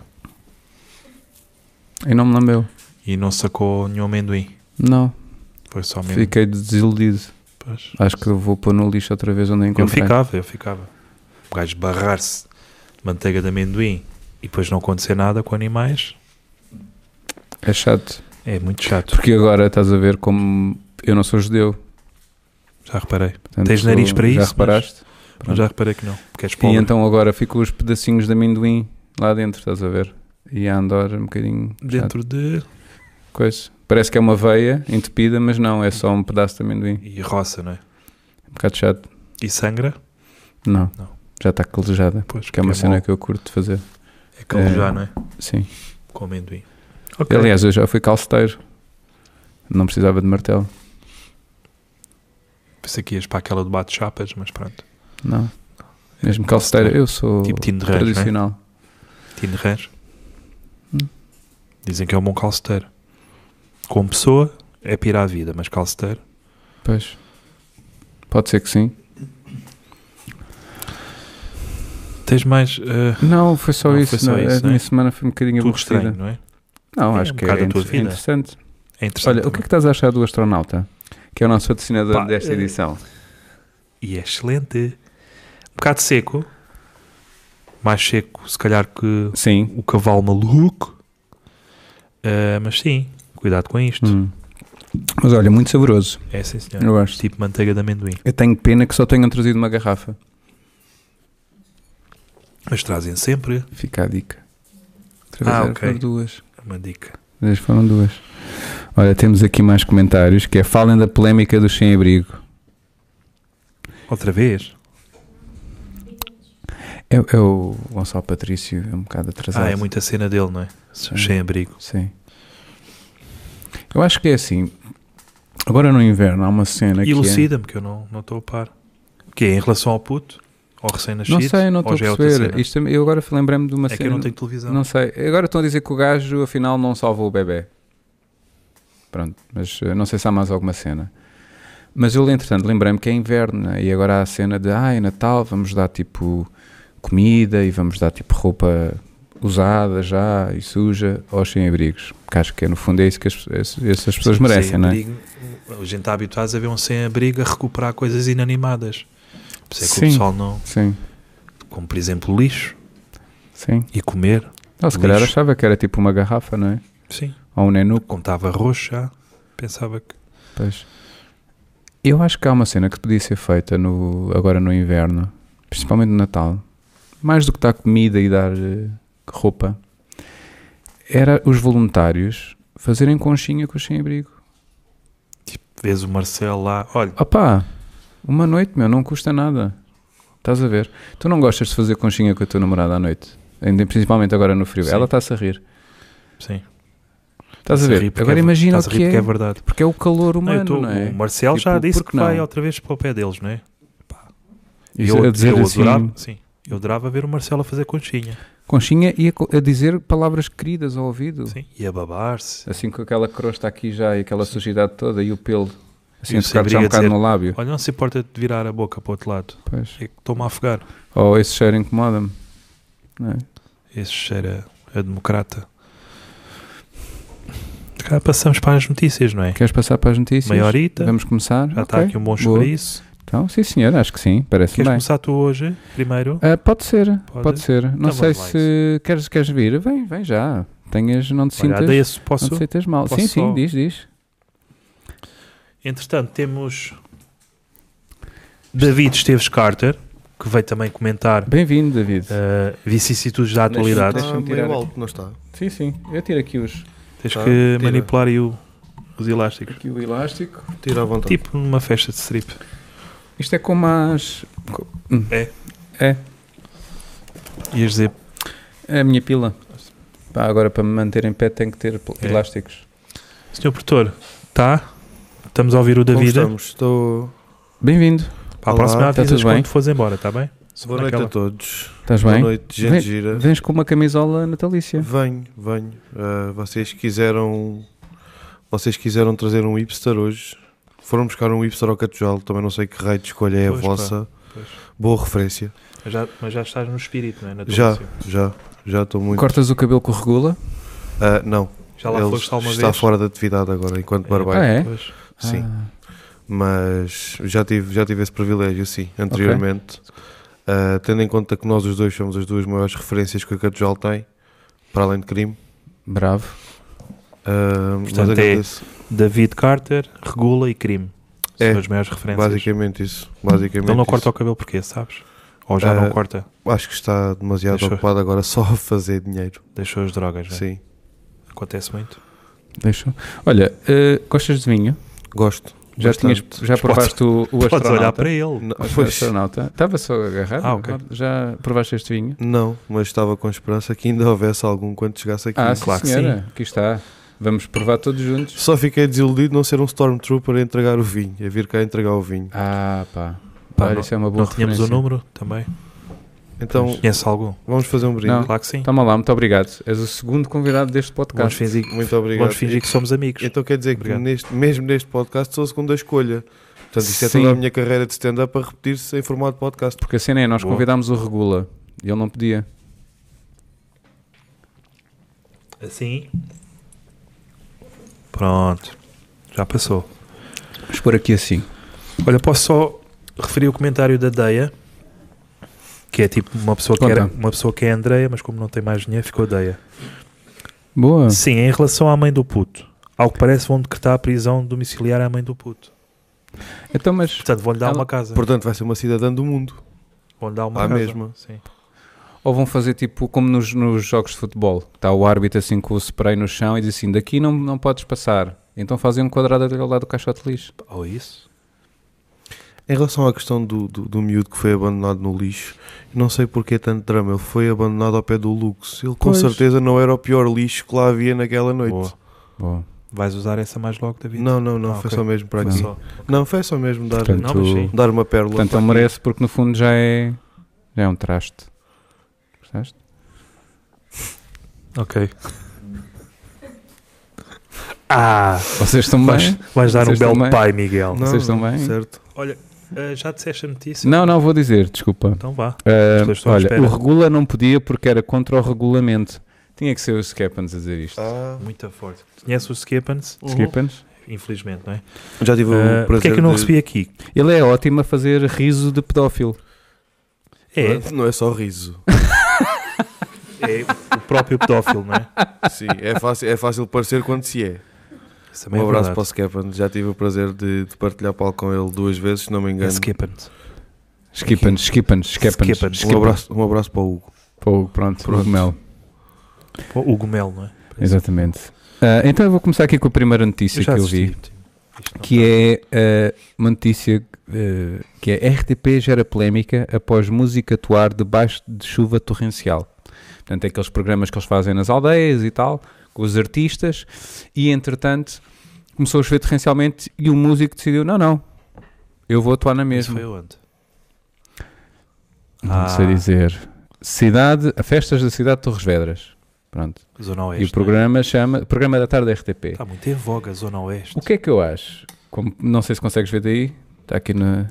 [SPEAKER 1] E não me lambeu.
[SPEAKER 2] E não sacou nenhum amendoim.
[SPEAKER 1] Não.
[SPEAKER 2] Foi só mesmo.
[SPEAKER 1] Fiquei desiludido.
[SPEAKER 2] Pois.
[SPEAKER 1] Acho que eu vou pôr no lixo outra vez onde a
[SPEAKER 2] Eu
[SPEAKER 1] encontrei.
[SPEAKER 2] ficava, eu ficava. O gajo barrar-se de manteiga de amendoim e depois não acontecer nada com animais
[SPEAKER 1] É chato.
[SPEAKER 2] é muito chato.
[SPEAKER 1] Porque agora estás a ver como eu não sou judeu.
[SPEAKER 2] Já reparei.
[SPEAKER 1] Portanto,
[SPEAKER 2] Tens nariz para
[SPEAKER 1] já
[SPEAKER 2] isso, mas-
[SPEAKER 1] reparaste?
[SPEAKER 2] Mas já reparei que não. Porque és
[SPEAKER 1] E
[SPEAKER 2] pobre.
[SPEAKER 1] então agora ficam os pedacinhos de amendoim lá dentro, estás a ver? E a andar um bocadinho chato.
[SPEAKER 2] Dentro de.
[SPEAKER 1] coisa. Parece que é uma veia entupida, mas não, é só um pedaço de amendoim.
[SPEAKER 2] E roça, não é?
[SPEAKER 1] Um bocado chato.
[SPEAKER 2] E sangra?
[SPEAKER 1] Não.
[SPEAKER 2] Não.
[SPEAKER 1] Já está calejada.
[SPEAKER 2] Pois,
[SPEAKER 1] Que é uma cena
[SPEAKER 2] bom.
[SPEAKER 1] que eu curto fazer.
[SPEAKER 2] É calejar, não é?
[SPEAKER 1] Sim.
[SPEAKER 2] Com amendoim. Ok.
[SPEAKER 1] Aliás, eu já fui calceteiro. Não precisava de martelo.
[SPEAKER 2] Pensei que ias para aquela de bate-chapas, mas pronto.
[SPEAKER 1] Não. Mesmo calceteiro, eu sou
[SPEAKER 2] Tipo Tino de Reis,
[SPEAKER 1] tradicional.
[SPEAKER 2] Tino Reis.
[SPEAKER 1] Hum.
[SPEAKER 2] Dizem que é um bom calceteiro. Como pessoa, é pirar a vida, mas calceteiro.
[SPEAKER 1] Pois. Pode ser que sim.
[SPEAKER 2] Tens mais. eh,
[SPEAKER 1] Não, foi só
[SPEAKER 2] Não,
[SPEAKER 1] isso.
[SPEAKER 2] foi só
[SPEAKER 1] não,
[SPEAKER 2] isso,
[SPEAKER 1] a
[SPEAKER 2] né?
[SPEAKER 1] minha semana foi um bocadinho
[SPEAKER 2] tudo
[SPEAKER 1] aborrecida.
[SPEAKER 2] estranho, não é?
[SPEAKER 1] Não,
[SPEAKER 2] É
[SPEAKER 1] acho
[SPEAKER 2] um
[SPEAKER 1] que é,
[SPEAKER 2] bocado a tua
[SPEAKER 1] inter-
[SPEAKER 2] vida.
[SPEAKER 1] interessante.
[SPEAKER 2] É interessante.
[SPEAKER 1] Olha, o que é que estás a achar do astronauta? Que é o nosso patrocinador
[SPEAKER 2] Pá,
[SPEAKER 1] desta
[SPEAKER 2] eh,
[SPEAKER 1] edição.
[SPEAKER 2] E é excelente. Um bocado seco. Mais seco, se calhar, que
[SPEAKER 1] Sim.
[SPEAKER 2] o cavalo maluco. Eh, mas sim, cuidado com isto.
[SPEAKER 1] Hum. Mas olha, muito saboroso.
[SPEAKER 2] É sim, senhor.
[SPEAKER 1] Eu gosto.
[SPEAKER 2] Tipo manteiga de amendoim.
[SPEAKER 1] Eu tenho pena que só tenham trazido uma garrafa.
[SPEAKER 2] Mas trazem sempre
[SPEAKER 1] Fica a dica.
[SPEAKER 2] Ah,
[SPEAKER 1] Trazer
[SPEAKER 2] ok.
[SPEAKER 1] foram duas.
[SPEAKER 2] uma dica.
[SPEAKER 1] Mas foram duas. Olha, temos aqui mais comentários que é falem da polémica do sem-abrigo.
[SPEAKER 2] Outra vez?
[SPEAKER 1] É, é o Gonçalo Patrício, é um bocado atrasado.
[SPEAKER 2] Ah, é muita cena dele, não é?
[SPEAKER 1] Sim.
[SPEAKER 2] Sem abrigo.
[SPEAKER 1] Sim. Eu acho que é assim. Agora no inverno há uma cena É que.
[SPEAKER 2] Elucida-me, que eu não não estou a par. O que é Em relação ao puto?
[SPEAKER 1] É...
[SPEAKER 2] Ao
[SPEAKER 1] Não
[SPEAKER 2] recém-nascido?
[SPEAKER 1] sei, não estou
[SPEAKER 2] Ou
[SPEAKER 1] a
[SPEAKER 2] já é outra
[SPEAKER 1] perceber.
[SPEAKER 2] cena?
[SPEAKER 1] Isto, eu agora lembrei-me de uma
[SPEAKER 2] É que
[SPEAKER 1] cena.
[SPEAKER 2] eu não tenho televisão.
[SPEAKER 1] Não sei. Agora estão a dizer que o gajo afinal não salvou o bebê. Pronto, mas eh, não sei se há mais alguma cena. Mas eu, entretanto, lembrei-me que é inverno né? e agora há a cena de ai, Natal, vamos dar tipo comida e vamos dar tipo roupa usada já e suja aos sem-abrigos. Que acho que é, no fundo é isso que as, esse- essas pessoas merecem, não é?
[SPEAKER 2] Sem-abrigo, A gente está habituado a ver um sem-abrigo a recuperar coisas inanimadas. Por isso é que
[SPEAKER 1] Sim.
[SPEAKER 2] o pessoal não.
[SPEAKER 1] Sim,
[SPEAKER 2] Como, por exemplo, lixo
[SPEAKER 1] sim.
[SPEAKER 2] e comer.
[SPEAKER 1] Ou se calhar
[SPEAKER 2] Lixo.
[SPEAKER 1] achava que era tipo uma garrafa, não é?
[SPEAKER 2] Sim.
[SPEAKER 1] Ou um nenuco.
[SPEAKER 2] Como estava roxo já, pensava que.
[SPEAKER 1] Pois. Eu acho que há uma cena que podia ser feita no, agora no inverno, principalmente no Natal, mais do que dar comida e dar eh, roupa, era os voluntários fazerem conchinha com os sem-abrigo.
[SPEAKER 2] Vês o Marcelo lá. Olha,
[SPEAKER 1] Opá, uma noite, meu, não custa nada. Estás a ver? Tu não gostas de fazer conchinha com a tua namorada à noite, Ainda principalmente agora no frio.
[SPEAKER 2] Sim.
[SPEAKER 1] Ela está-se a rir.
[SPEAKER 2] sim.
[SPEAKER 1] Estás a
[SPEAKER 2] rir
[SPEAKER 1] ver?
[SPEAKER 2] porque
[SPEAKER 1] Agora
[SPEAKER 2] é-
[SPEAKER 1] imagina o
[SPEAKER 2] estás a rir
[SPEAKER 1] que
[SPEAKER 2] porque
[SPEAKER 1] é,
[SPEAKER 2] é verdade.
[SPEAKER 1] porque é o calor
[SPEAKER 2] Não, eu
[SPEAKER 1] humano, não,
[SPEAKER 2] tô-
[SPEAKER 1] é?
[SPEAKER 2] O Marcelo
[SPEAKER 1] Tipo,
[SPEAKER 2] já disse
[SPEAKER 1] porque
[SPEAKER 2] que vai
[SPEAKER 1] não?
[SPEAKER 2] outra vez para o pé deles, não é?
[SPEAKER 1] E
[SPEAKER 2] eu,
[SPEAKER 1] a dizer
[SPEAKER 2] eu
[SPEAKER 1] assim,
[SPEAKER 2] adorava, sim, eu adorava ver o Marcelo a fazer conchinha.
[SPEAKER 1] Conchinha ia co- a dizer palavras queridas ao ouvido.
[SPEAKER 2] Sim, e a babar-se.
[SPEAKER 1] Assim com aquela crosta aqui já e aquela sujidade toda e o pelo. Assim
[SPEAKER 2] E
[SPEAKER 1] a
[SPEAKER 2] o
[SPEAKER 1] tocar
[SPEAKER 2] sem-abrigo
[SPEAKER 1] já um
[SPEAKER 2] a
[SPEAKER 1] bocado
[SPEAKER 2] dizer-
[SPEAKER 1] no lábio.
[SPEAKER 2] Olha, não se importa de virar a boca para o outro lado.
[SPEAKER 1] Pois.
[SPEAKER 2] É que estou-me a afogar.
[SPEAKER 1] Ou esse cheiro incomoda-me. Não é?
[SPEAKER 2] Esse cheiro a, a democrata. Cá passamos para as notícias, não é?
[SPEAKER 1] Queres passar para as notícias?
[SPEAKER 2] Meia horita.
[SPEAKER 1] Vamos começar?
[SPEAKER 2] Já está
[SPEAKER 1] Ok.
[SPEAKER 2] aqui um bom
[SPEAKER 1] Boa.
[SPEAKER 2] chouriço.
[SPEAKER 1] Então, sim senhor, acho que sim. Parece
[SPEAKER 2] Queres
[SPEAKER 1] bem.
[SPEAKER 2] começar tu hoje, primeiro?
[SPEAKER 1] Ah, pode ser, pode,
[SPEAKER 2] Pode?
[SPEAKER 1] ser. Não
[SPEAKER 2] Então
[SPEAKER 1] sei
[SPEAKER 2] vamos lá,
[SPEAKER 1] se queres, queres vir. Vem, vem já. Tenhas, não te
[SPEAKER 2] Olha,
[SPEAKER 1] sintas,
[SPEAKER 2] dei esse-
[SPEAKER 1] não te
[SPEAKER 2] posso?
[SPEAKER 1] sintas mal.
[SPEAKER 2] posso
[SPEAKER 1] sim, sim,
[SPEAKER 2] só-
[SPEAKER 1] diz, diz.
[SPEAKER 2] Entretanto, temos David Esteves Carter, que veio também comentar
[SPEAKER 1] Bem-vindo, David.
[SPEAKER 2] eh, vicissitudes da atualidade.
[SPEAKER 1] Ah, Deixa-me
[SPEAKER 3] Está
[SPEAKER 1] tirar
[SPEAKER 3] Tá meio
[SPEAKER 1] aqui.
[SPEAKER 3] alto, não está?
[SPEAKER 1] Sim, sim. Eu tiro aqui, os,
[SPEAKER 2] Tens
[SPEAKER 3] Tá,
[SPEAKER 2] que
[SPEAKER 3] tira.
[SPEAKER 2] manipular aí o- os elásticos.
[SPEAKER 1] aqui o elástico.
[SPEAKER 3] Tira à vontade.
[SPEAKER 2] Tipo numa festa de strip.
[SPEAKER 1] Isto é como as. co- hum.
[SPEAKER 2] É.
[SPEAKER 1] É.
[SPEAKER 2] Ias dizer,
[SPEAKER 1] É a minha pila. Pá, agora para me manter em pé tem que ter pl-
[SPEAKER 2] É.
[SPEAKER 1] elásticos.
[SPEAKER 2] senhor produtor, tá? Estamos a ouvir o
[SPEAKER 3] Como
[SPEAKER 2] David.
[SPEAKER 3] estamos? Estou...
[SPEAKER 1] Bem-vindo.
[SPEAKER 2] Para a
[SPEAKER 3] Olá,
[SPEAKER 2] próxima
[SPEAKER 1] tá
[SPEAKER 2] avisas
[SPEAKER 1] tudo bem?
[SPEAKER 2] quando fores embora, tá bem?
[SPEAKER 3] Boa noite
[SPEAKER 2] Naquela.
[SPEAKER 3] a todos.
[SPEAKER 1] Estás
[SPEAKER 3] Boa
[SPEAKER 1] bem?
[SPEAKER 3] noite, gente
[SPEAKER 1] Vem-
[SPEAKER 3] gira.
[SPEAKER 1] Vens com uma camisola natalícia.
[SPEAKER 3] Venho, venho. Ah, vocês quiseram... Vocês quiseram trazer um hipster hoje. Foram buscar um hipster ao Catujal. Também não sei que raio de escolha é
[SPEAKER 2] Pois,
[SPEAKER 3] a
[SPEAKER 2] pá.
[SPEAKER 3] vossa.
[SPEAKER 2] Pois.
[SPEAKER 3] Boa referência.
[SPEAKER 2] Mas já, mas já estás no espírito, não é? Na tua
[SPEAKER 3] Já,
[SPEAKER 2] versão.
[SPEAKER 3] já. Já estou muito...
[SPEAKER 1] Cortas o cabelo com regula.
[SPEAKER 3] Ah, não.
[SPEAKER 2] Já lá
[SPEAKER 3] Ele
[SPEAKER 2] foste alguma
[SPEAKER 3] está
[SPEAKER 2] vez?
[SPEAKER 3] fora de atividade agora, enquanto
[SPEAKER 2] É.
[SPEAKER 3] barbeiro.
[SPEAKER 1] Ah, é?
[SPEAKER 2] Pois.
[SPEAKER 3] Sim.
[SPEAKER 1] Ah,
[SPEAKER 3] mas já tive, já tive esse privilégio, sim, anteriormente. Ah, tendo em conta que nós os dois somos as duas maiores referências que o Catujal tem, para além de crime.
[SPEAKER 1] bravo.
[SPEAKER 3] ah, mas
[SPEAKER 2] Portanto, é
[SPEAKER 3] agradeço.
[SPEAKER 2] David Carter, Regula e Crime. São
[SPEAKER 3] É,
[SPEAKER 2] as maiores referências.
[SPEAKER 3] basicamente isso. Basicamente
[SPEAKER 2] Ele não
[SPEAKER 3] isso.
[SPEAKER 2] corta o cabelo porque, sabes? Ou já não
[SPEAKER 3] Ah,
[SPEAKER 2] corta?
[SPEAKER 3] Acho que está demasiado
[SPEAKER 2] Deixa eu-
[SPEAKER 3] ocupado agora só a fazer dinheiro.
[SPEAKER 2] Deixou as drogas, não é?
[SPEAKER 3] Sim,
[SPEAKER 2] Acontece muito.
[SPEAKER 1] Deixa. Olha, eh, gostas de vinho?
[SPEAKER 3] gosto.
[SPEAKER 1] Já, tinhas,
[SPEAKER 3] Bastante.
[SPEAKER 1] já
[SPEAKER 2] Mas
[SPEAKER 1] provaste o, o
[SPEAKER 2] Podes olhar
[SPEAKER 1] astronauta?
[SPEAKER 2] para ele.
[SPEAKER 3] Não,
[SPEAKER 1] O
[SPEAKER 3] pois,
[SPEAKER 1] astronauta. Estava só agarrado.
[SPEAKER 2] Ah, ok.
[SPEAKER 1] Já provaste este vinho?
[SPEAKER 3] não, mas estava com esperança que ainda houvesse algum quando chegasse aqui.
[SPEAKER 1] Ah, sim,
[SPEAKER 2] claro que
[SPEAKER 1] senhora. Aqui está. Vamos provar todos juntos.
[SPEAKER 3] Só fiquei desiludido não ser um Stormtrooper a entregar o vinho, a vir cá entregar o vinho.
[SPEAKER 1] Ah, pá.
[SPEAKER 2] Pá,
[SPEAKER 1] Olha,
[SPEAKER 2] não-
[SPEAKER 1] isso é uma boa
[SPEAKER 2] Não tínhamos o
[SPEAKER 1] referência.
[SPEAKER 2] número também.
[SPEAKER 3] Então,
[SPEAKER 2] Conhece algum?
[SPEAKER 3] vamos fazer um brinde.
[SPEAKER 1] Não.
[SPEAKER 2] Claro que sim.
[SPEAKER 1] Toma lá, muito obrigado. És o segundo convidado deste
[SPEAKER 2] Vamos
[SPEAKER 1] podcast.
[SPEAKER 2] fingir,
[SPEAKER 3] Muito tá. obrigado.
[SPEAKER 2] vamos fingir que somos amigos.
[SPEAKER 3] Então quer dizer
[SPEAKER 2] Obrigado.
[SPEAKER 3] que neste, mesmo neste podcast sou a segunda escolha. Portanto, isto é
[SPEAKER 1] Sim.
[SPEAKER 3] toda a minha carreira de stand-up a repetir-se em formato podcast.
[SPEAKER 1] Porque a cena é, nós
[SPEAKER 2] Boa.
[SPEAKER 1] convidámos o Regula e ele não podia.
[SPEAKER 2] Assim. Pronto. Já passou.
[SPEAKER 1] Vamos pôr aqui assim.
[SPEAKER 2] Olha, posso só referir o comentário da Deia, que é tipo uma pessoa que, era,
[SPEAKER 1] Conta.
[SPEAKER 2] uma pessoa que é Andreia, mas como não tem mais dinheiro, ficou Deia.
[SPEAKER 1] Boa.
[SPEAKER 2] Sim, em relação à mãe do puto. Ao que parece, vão decretar a prisão domiciliar à mãe do puto.
[SPEAKER 1] Então, mas
[SPEAKER 2] Portanto, vão-lhe dar
[SPEAKER 1] Ela-
[SPEAKER 2] uma casa.
[SPEAKER 3] Portanto, vai ser uma cidadã do mundo.
[SPEAKER 2] Vão-lhe dar uma
[SPEAKER 3] À
[SPEAKER 2] casa.
[SPEAKER 3] mesma.
[SPEAKER 2] Sim.
[SPEAKER 1] Ou vão fazer tipo como nos, nos jogos de futebol, que está o árbitro assim com o spray no chão e diz assim: daqui não, não podes passar. Então fazem um quadrado ali ao lado do caixote de lixo.
[SPEAKER 2] Ou isso?
[SPEAKER 3] Em relação à questão do, do, do miúdo que foi abandonado no lixo, não sei porque é tanto drama. Ele foi abandonado ao pé do Lux. Ele com
[SPEAKER 1] Pois.
[SPEAKER 3] certeza não era o pior lixo que lá havia naquela noite.
[SPEAKER 2] Boa.
[SPEAKER 1] Bom,
[SPEAKER 2] Vais usar essa mais logo, David?
[SPEAKER 3] Não, não, não.
[SPEAKER 2] Ah,
[SPEAKER 3] foi
[SPEAKER 2] ok.
[SPEAKER 3] só mesmo para
[SPEAKER 1] Foi
[SPEAKER 3] aqui.
[SPEAKER 2] Só.
[SPEAKER 3] Não, foi só mesmo dar,
[SPEAKER 1] portanto,
[SPEAKER 2] não, mas sim.
[SPEAKER 3] dar uma pérola.
[SPEAKER 1] portanto
[SPEAKER 3] para
[SPEAKER 1] ele
[SPEAKER 3] aqui.
[SPEAKER 1] merece porque no fundo já é, já é um traste. Gostaste?
[SPEAKER 2] Ok. Ah!
[SPEAKER 1] Vocês estão
[SPEAKER 2] Vais,
[SPEAKER 1] bem?
[SPEAKER 2] vais dar um
[SPEAKER 1] Vocês
[SPEAKER 2] belo
[SPEAKER 1] também?
[SPEAKER 2] pai, Miguel.
[SPEAKER 3] Não,
[SPEAKER 1] Vocês estão bem?
[SPEAKER 3] Certo.
[SPEAKER 2] Olha, eh, já disseste a notícia?
[SPEAKER 1] Não, não, vou dizer, desculpa.
[SPEAKER 2] Então vá.
[SPEAKER 1] Ah,
[SPEAKER 2] pessoas estão à
[SPEAKER 1] olha,
[SPEAKER 2] espera.
[SPEAKER 1] o Regula não podia porque era contra o regulamento. Tinha que ser o Skeppans a dizer isto.
[SPEAKER 2] Ah. Muito forte. Conhece o Skippens?
[SPEAKER 1] Skeppans?
[SPEAKER 2] Infelizmente, não é?
[SPEAKER 3] Já tive
[SPEAKER 2] Eh,
[SPEAKER 3] o prazer
[SPEAKER 2] Porquê é que eu não
[SPEAKER 3] de-
[SPEAKER 2] recebi aqui?
[SPEAKER 1] Ele é ótimo a fazer riso de pedófilo.
[SPEAKER 2] É,
[SPEAKER 3] Não é só riso.
[SPEAKER 2] é o próprio pedófilo, não é?
[SPEAKER 3] Sim, é fácil, é fácil parecer quando se é.
[SPEAKER 2] Isso
[SPEAKER 3] Um abraço para o
[SPEAKER 2] verdade.
[SPEAKER 3] Skepan. Já tive o prazer de, de partilhar palco com ele duas vezes, se não me
[SPEAKER 2] É
[SPEAKER 3] engano.
[SPEAKER 2] Skippens.
[SPEAKER 1] Skippans, Skippans, Skeppans.
[SPEAKER 2] Skeppans.
[SPEAKER 3] Um,
[SPEAKER 1] Skeppans.
[SPEAKER 3] abraço, um abraço para o Hugo.
[SPEAKER 1] Pô, pronto,
[SPEAKER 3] Pronto.
[SPEAKER 1] Hugo Mel.
[SPEAKER 2] O o Gomel, não é?
[SPEAKER 1] Exatamente. Ah, então eu vou começar aqui com a primeira notícia é que eu vi,
[SPEAKER 2] tá-
[SPEAKER 1] que é ah, uma notícia ah, que é RTP gera polémica após música atuar debaixo de chuva torrencial. Portanto, é aqueles programas que eles fazem nas aldeias e tal, com os artistas, e entretanto começou a chover torrencialmente e o músico decidiu, não, não, eu vou atuar na
[SPEAKER 2] Isso
[SPEAKER 1] mesma.
[SPEAKER 2] foi onde?
[SPEAKER 1] Não sei
[SPEAKER 2] Ah.
[SPEAKER 1] dizer. Cidade, a festas da cidade de Torres Vedras. Pronto.
[SPEAKER 2] Zona Oeste.
[SPEAKER 1] E o programa chama Programa é da Tarde RTP.
[SPEAKER 2] Está muito em voga, Zona Oeste.
[SPEAKER 1] O que é que eu acho? Como- não sei se consegues ver daí. Está aqui na.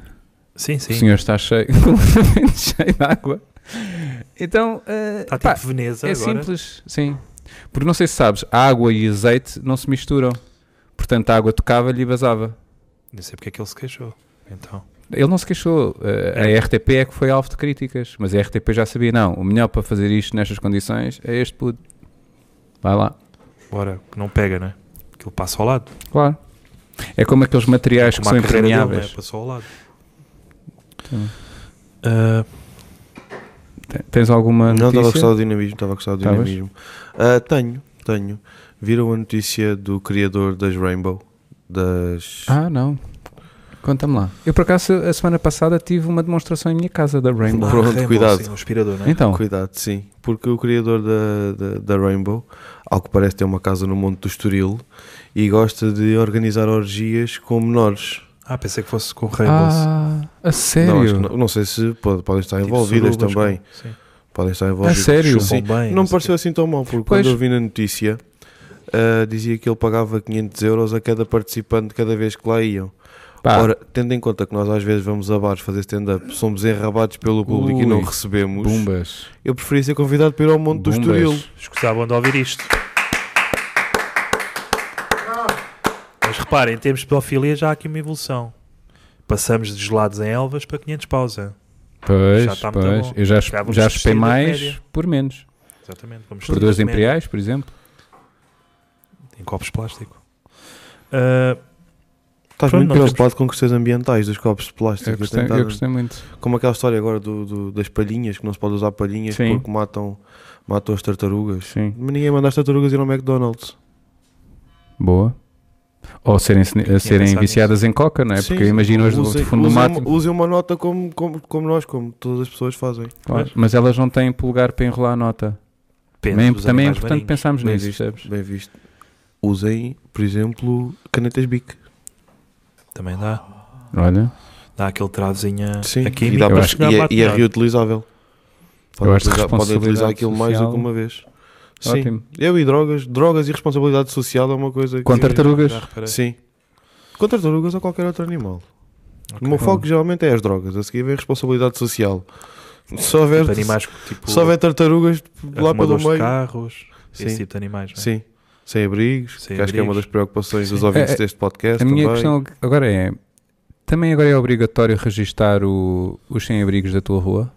[SPEAKER 2] Sim,
[SPEAKER 1] O
[SPEAKER 2] sim.
[SPEAKER 1] senhor está cheio, completamente cheio de água. Então, eh,
[SPEAKER 2] Está
[SPEAKER 1] pá,
[SPEAKER 2] tipo Veneza
[SPEAKER 1] é
[SPEAKER 2] agora.
[SPEAKER 1] simples, sim. Porque não sei se sabes, a água e azeite não se misturam. Portanto, a água tocava-lhe e vazava.
[SPEAKER 2] Não sei porque é que ele se queixou. Então,
[SPEAKER 1] Ele não se queixou. eh, A RTP é que foi alvo de críticas. Mas a RTP já sabia, não. O melhor para fazer isto nestas condições é este puto. Vai lá.
[SPEAKER 2] bora, que não pega, não é? Aquilo passa ao lado.
[SPEAKER 1] Claro. É como aqueles materiais que
[SPEAKER 2] Como
[SPEAKER 1] são
[SPEAKER 2] a carreira dele, não
[SPEAKER 1] impermeáveis.
[SPEAKER 2] é? Passou ao lado.
[SPEAKER 1] Então.
[SPEAKER 2] Ah,
[SPEAKER 1] Te- Tens alguma
[SPEAKER 3] Não,
[SPEAKER 1] notícia?
[SPEAKER 3] estava a gostar do dinamismo. Estava a gostar do
[SPEAKER 1] Estavas?
[SPEAKER 3] dinamismo. Ah, tenho, tenho. Viram a notícia do criador das Rainbow? Das.
[SPEAKER 1] Ah, não. Conta-me lá. Eu, por acaso, a semana passada tive uma demonstração em minha casa da Rainbow.
[SPEAKER 3] Pronto,
[SPEAKER 2] Rainbow,
[SPEAKER 3] cuidado.
[SPEAKER 2] sim, um aspirador, não é?
[SPEAKER 1] Então,
[SPEAKER 3] Cuidado, sim. Porque o criador da, da, da Rainbow, ao que parece, tem uma casa no Monte do Estoril e gosta de organizar orgias com menores.
[SPEAKER 2] Ah, pensei que fosse com Rainbows.
[SPEAKER 1] ah, a
[SPEAKER 3] Não, acho que
[SPEAKER 1] sério?
[SPEAKER 3] não, não sei se pode- podem estar
[SPEAKER 2] Tipo
[SPEAKER 3] envolvidas
[SPEAKER 2] surubas,
[SPEAKER 3] também.
[SPEAKER 2] com- Sim.
[SPEAKER 3] Podem estar envolvidas.
[SPEAKER 1] A sério?
[SPEAKER 3] Sim,
[SPEAKER 2] Chupam bem,
[SPEAKER 3] não
[SPEAKER 2] não
[SPEAKER 3] me
[SPEAKER 2] sei
[SPEAKER 3] pareceu assim tão mal, porque
[SPEAKER 1] Pois.
[SPEAKER 3] quando eu vi na notícia ah, dizia que ele pagava 500 euros a cada participante cada vez que lá iam.
[SPEAKER 1] Pá,
[SPEAKER 3] Ora, tendo em conta que nós às vezes vamos a bares fazer stand-up, somos enrabados pelo público e não
[SPEAKER 1] Ui,
[SPEAKER 3] recebemos,
[SPEAKER 1] bombas.
[SPEAKER 3] eu preferia ser convidado para ir ao Monte do
[SPEAKER 1] Bombas.
[SPEAKER 3] Estoril.
[SPEAKER 2] Escusavam de ouvir isto. Mas reparem, em termos de pedofilia já há aqui uma evolução. Passamos de gelados em elvas para é? 500 pausa.
[SPEAKER 1] Pois,
[SPEAKER 2] Já
[SPEAKER 3] tá
[SPEAKER 2] está muito
[SPEAKER 1] pois.
[SPEAKER 2] bom.
[SPEAKER 1] Eu já,
[SPEAKER 2] Já vamos
[SPEAKER 1] já
[SPEAKER 2] desistir
[SPEAKER 1] chupei
[SPEAKER 2] da
[SPEAKER 1] mais
[SPEAKER 2] média.
[SPEAKER 1] por menos.
[SPEAKER 2] Exatamente. Vamos
[SPEAKER 1] Por
[SPEAKER 2] fazer
[SPEAKER 1] duas
[SPEAKER 2] isto mesmo.
[SPEAKER 1] imperiais, por exemplo.
[SPEAKER 2] Em copos de plástico. Ah,
[SPEAKER 3] Estás
[SPEAKER 2] Pronto,
[SPEAKER 3] muito
[SPEAKER 2] nós temos-
[SPEAKER 3] preocupado com questões ambientais dos copos de plástico.
[SPEAKER 1] Eu
[SPEAKER 3] a
[SPEAKER 1] gostei,
[SPEAKER 3] tentar-
[SPEAKER 1] eu gostei muito.
[SPEAKER 3] Como aquela história agora do, do- das palhinhas, que não se pode usar palhinhas
[SPEAKER 1] Sim.
[SPEAKER 3] porque matam, matam as tartarugas.
[SPEAKER 1] Sim.
[SPEAKER 3] Mas ninguém manda as tartarugas ir ao McDonald's.
[SPEAKER 1] Boa. Ou serem, a serem
[SPEAKER 2] pensado
[SPEAKER 1] viciadas em coca, não é?
[SPEAKER 3] Sim,
[SPEAKER 1] Porque
[SPEAKER 3] sim.
[SPEAKER 1] imaginam-as do,
[SPEAKER 3] Usem-
[SPEAKER 1] do fundo do
[SPEAKER 3] usem
[SPEAKER 1] mato.
[SPEAKER 3] uma- Usem uma nota como, como, como nós, como todas as pessoas fazem.
[SPEAKER 1] Claro, mas elas não têm polegar para enrolar a nota.
[SPEAKER 2] Pena
[SPEAKER 1] Também é-
[SPEAKER 2] dos
[SPEAKER 1] também é
[SPEAKER 2] animais
[SPEAKER 1] importante
[SPEAKER 2] marinhos.
[SPEAKER 1] pensarmos
[SPEAKER 3] Bem
[SPEAKER 1] nisso,
[SPEAKER 3] visto.
[SPEAKER 1] percebes?
[SPEAKER 3] Bem visto. Usem, por exemplo, canetas BIC.
[SPEAKER 2] Também dá.
[SPEAKER 1] Olha,
[SPEAKER 2] Dá aquele travozinho a-
[SPEAKER 3] Sim,
[SPEAKER 2] a
[SPEAKER 3] e,
[SPEAKER 2] química.
[SPEAKER 3] dá
[SPEAKER 1] eu
[SPEAKER 3] para-
[SPEAKER 1] acho
[SPEAKER 2] chegar
[SPEAKER 3] e
[SPEAKER 2] lá
[SPEAKER 3] é, e é
[SPEAKER 2] atrás.
[SPEAKER 3] reutilizável.
[SPEAKER 1] Eu acho que
[SPEAKER 3] utilizar, podem utilizar
[SPEAKER 1] responsabilidade
[SPEAKER 3] aquilo mais do
[SPEAKER 1] social-
[SPEAKER 3] que uma vez. Sim,
[SPEAKER 1] ótimo.
[SPEAKER 3] eu e drogas. Drogas e responsabilidade social é uma coisa que. é.
[SPEAKER 1] Com tartarugas.
[SPEAKER 2] Já reparei.
[SPEAKER 3] Sim. Com tartarugas ou qualquer outro animal.
[SPEAKER 2] Ok.
[SPEAKER 3] O meu foco geralmente é as drogas. A seguir vem responsabilidade social. Se houver,
[SPEAKER 2] Tipo animais tipo
[SPEAKER 3] se houver tartarugas lá pelo
[SPEAKER 2] arrumadores de
[SPEAKER 3] meio.
[SPEAKER 2] carros, esse
[SPEAKER 3] Sim.
[SPEAKER 2] tipo de animais. não é?
[SPEAKER 3] Sim. Sem abrigos,
[SPEAKER 2] Sem
[SPEAKER 3] que acho que é uma
[SPEAKER 2] abrigos.
[SPEAKER 3] das preocupações dos
[SPEAKER 2] Sim.
[SPEAKER 3] ouvintes
[SPEAKER 1] É, é,
[SPEAKER 3] deste podcast
[SPEAKER 1] A minha
[SPEAKER 3] também.
[SPEAKER 1] questão agora é: também agora é obrigatório registar o- os sem-abrigos da tua rua?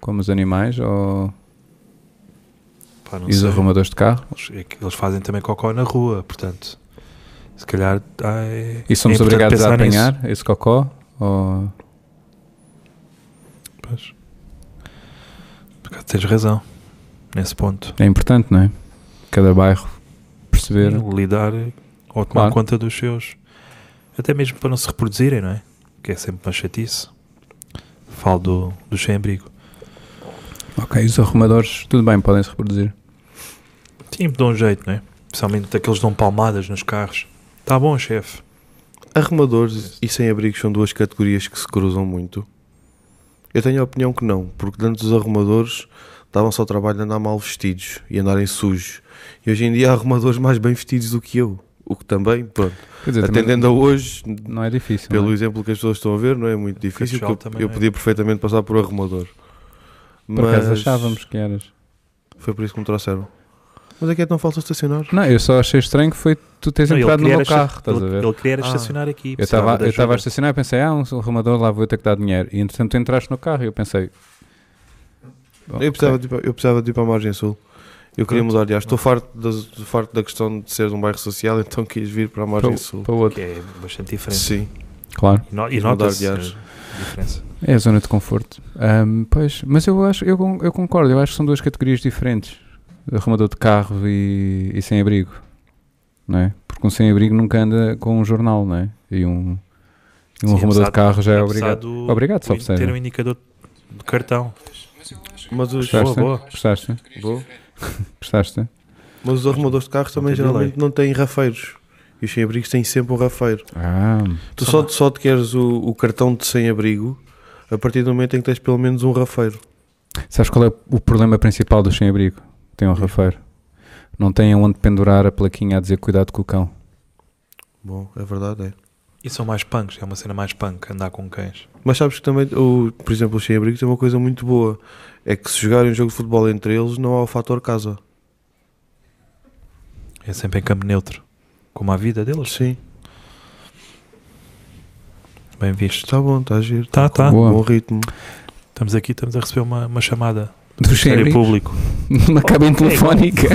[SPEAKER 1] Como os animais ou
[SPEAKER 2] Pá, não
[SPEAKER 1] e os
[SPEAKER 2] sei.
[SPEAKER 1] arrumadores de carro?
[SPEAKER 2] Eles, é que eles fazem também cocó na rua, portanto. Se calhar. ah, é-
[SPEAKER 1] E somos
[SPEAKER 2] é importante
[SPEAKER 1] obrigados a
[SPEAKER 2] pensar nisso.
[SPEAKER 1] apanhar esse cocó? Ou...
[SPEAKER 2] Pois. Por acaso Tens razão. Nesse ponto.
[SPEAKER 1] É importante, não é? Cada bairro perceber.
[SPEAKER 2] Lidar ou tomar
[SPEAKER 1] Claro.
[SPEAKER 2] conta dos seus. Até mesmo para não se reproduzirem, não é? Que é sempre uma chatice. Falo do, do sem-abrigo.
[SPEAKER 1] Ok, os arrumadores, tudo bem, podem se reproduzir.
[SPEAKER 2] Sim, dá um jeito, não é? Principalmente daqueles que dão palmadas nos carros. Tá bom, chefe.
[SPEAKER 3] Arrumadores e sem-abrigos são duas categorias que se cruzam muito. Eu tenho a opinião que não, porque antes os arrumadores davam-se ao trabalho de andar mal vestidos e andarem sujos. E hoje em dia há arrumadores mais bem vestidos do que eu. O que também, pronto,
[SPEAKER 1] Quer dizer, também
[SPEAKER 3] atendendo a hoje,
[SPEAKER 1] não é difícil.
[SPEAKER 3] pelo
[SPEAKER 1] não é?
[SPEAKER 3] exemplo que as pessoas estão a ver, não é muito difícil,
[SPEAKER 2] Catchal
[SPEAKER 3] porque eu,
[SPEAKER 2] também
[SPEAKER 3] eu
[SPEAKER 2] não é.
[SPEAKER 3] podia perfeitamente passar por arrumador.
[SPEAKER 1] Por acaso achávamos que eras.
[SPEAKER 3] Foi por isso que me trouxeram. Mas é que é tão fácil estacionar.
[SPEAKER 1] Não, eu só achei estranho que foi tu teres
[SPEAKER 2] Não, ele
[SPEAKER 1] entrado no
[SPEAKER 2] queria
[SPEAKER 1] meu
[SPEAKER 2] era
[SPEAKER 1] carro,
[SPEAKER 2] esta-
[SPEAKER 1] estás a
[SPEAKER 2] ele-
[SPEAKER 1] ver?
[SPEAKER 2] Ele queria era
[SPEAKER 3] Ah.
[SPEAKER 2] estacionar aqui.
[SPEAKER 1] Eu
[SPEAKER 2] precisava
[SPEAKER 1] estava
[SPEAKER 2] de
[SPEAKER 1] eu estava a
[SPEAKER 2] ajuda.
[SPEAKER 1] estacionar e pensei, ah, um arrumador lá vou ter que dar dinheiro. E entretanto tu entraste no carro e eu pensei. bom,
[SPEAKER 3] Eu precisava, de, ir para- eu precisava de ir para a margem sul. Eu queria
[SPEAKER 2] Pronto.
[SPEAKER 3] mudar de ar. Estou farto, das- farto da questão de ser de um bairro social, então quis vir para a margem
[SPEAKER 1] Para o-
[SPEAKER 3] sul.
[SPEAKER 1] ok, para o outro.
[SPEAKER 2] Que é bastante diferente.
[SPEAKER 3] Sim.
[SPEAKER 1] Claro.
[SPEAKER 2] E, no, e
[SPEAKER 3] Quis mudar
[SPEAKER 2] nota-se
[SPEAKER 3] de
[SPEAKER 2] a
[SPEAKER 3] ares.
[SPEAKER 2] diferença.
[SPEAKER 1] É a zona de conforto. Ahm, pois, mas eu acho, eu, con- eu concordo, eu acho que são duas categorias diferentes. Arrumador de carro e, e sem abrigo. Não é? Porque um sem abrigo nunca anda com um jornal, não é? E um, e um
[SPEAKER 2] Sim,
[SPEAKER 1] arrumador
[SPEAKER 2] apesar
[SPEAKER 1] de carro já é
[SPEAKER 2] apesar
[SPEAKER 1] obrigado.
[SPEAKER 2] do-
[SPEAKER 1] Obrigado, só
[SPEAKER 2] do
[SPEAKER 1] por ser. é?
[SPEAKER 2] Ter um indicador de cartão.
[SPEAKER 3] Mas os,
[SPEAKER 1] Gostaste?
[SPEAKER 2] Boa, boa.
[SPEAKER 1] Gostaste?
[SPEAKER 3] Boa.
[SPEAKER 1] Gostaste?
[SPEAKER 3] mas os arrumadores de carros também
[SPEAKER 2] tem
[SPEAKER 3] geralmente não têm rafeiros. E os sem-abrigos têm sempre um rafeiro.
[SPEAKER 1] Ah,
[SPEAKER 3] Tu
[SPEAKER 2] Só
[SPEAKER 3] só, só te queres o, o cartão de sem-abrigo a partir do momento em que tens pelo menos um rafeiro.
[SPEAKER 1] Sabes qual é o problema principal dos sem-abrigo? Tem
[SPEAKER 2] Hum.
[SPEAKER 1] um
[SPEAKER 3] Diz.
[SPEAKER 1] rafeiro. Não têm onde pendurar a plaquinha a dizer cuidado com o cão.
[SPEAKER 3] Bom, é verdade, é.
[SPEAKER 2] E são mais punks. É uma cena mais punk andar com cães.
[SPEAKER 3] Mas sabes que também, o, por exemplo, os sem-abrigos têm uma coisa muito boa. É que se jogarem um jogo de futebol entre eles, não há o fator casa.
[SPEAKER 2] É sempre em campo neutro. Como a vida deles.
[SPEAKER 3] Sim.
[SPEAKER 2] Bem visto.
[SPEAKER 3] Está bom, está giro.
[SPEAKER 2] Tá, tá.
[SPEAKER 1] Boa.
[SPEAKER 3] Bom ritmo.
[SPEAKER 2] Estamos aqui, estamos a receber uma, uma chamada.
[SPEAKER 1] Dos
[SPEAKER 2] Sério
[SPEAKER 1] sem-abrigos?
[SPEAKER 2] público.
[SPEAKER 1] Numa cabine
[SPEAKER 2] Ok.
[SPEAKER 1] telefónica.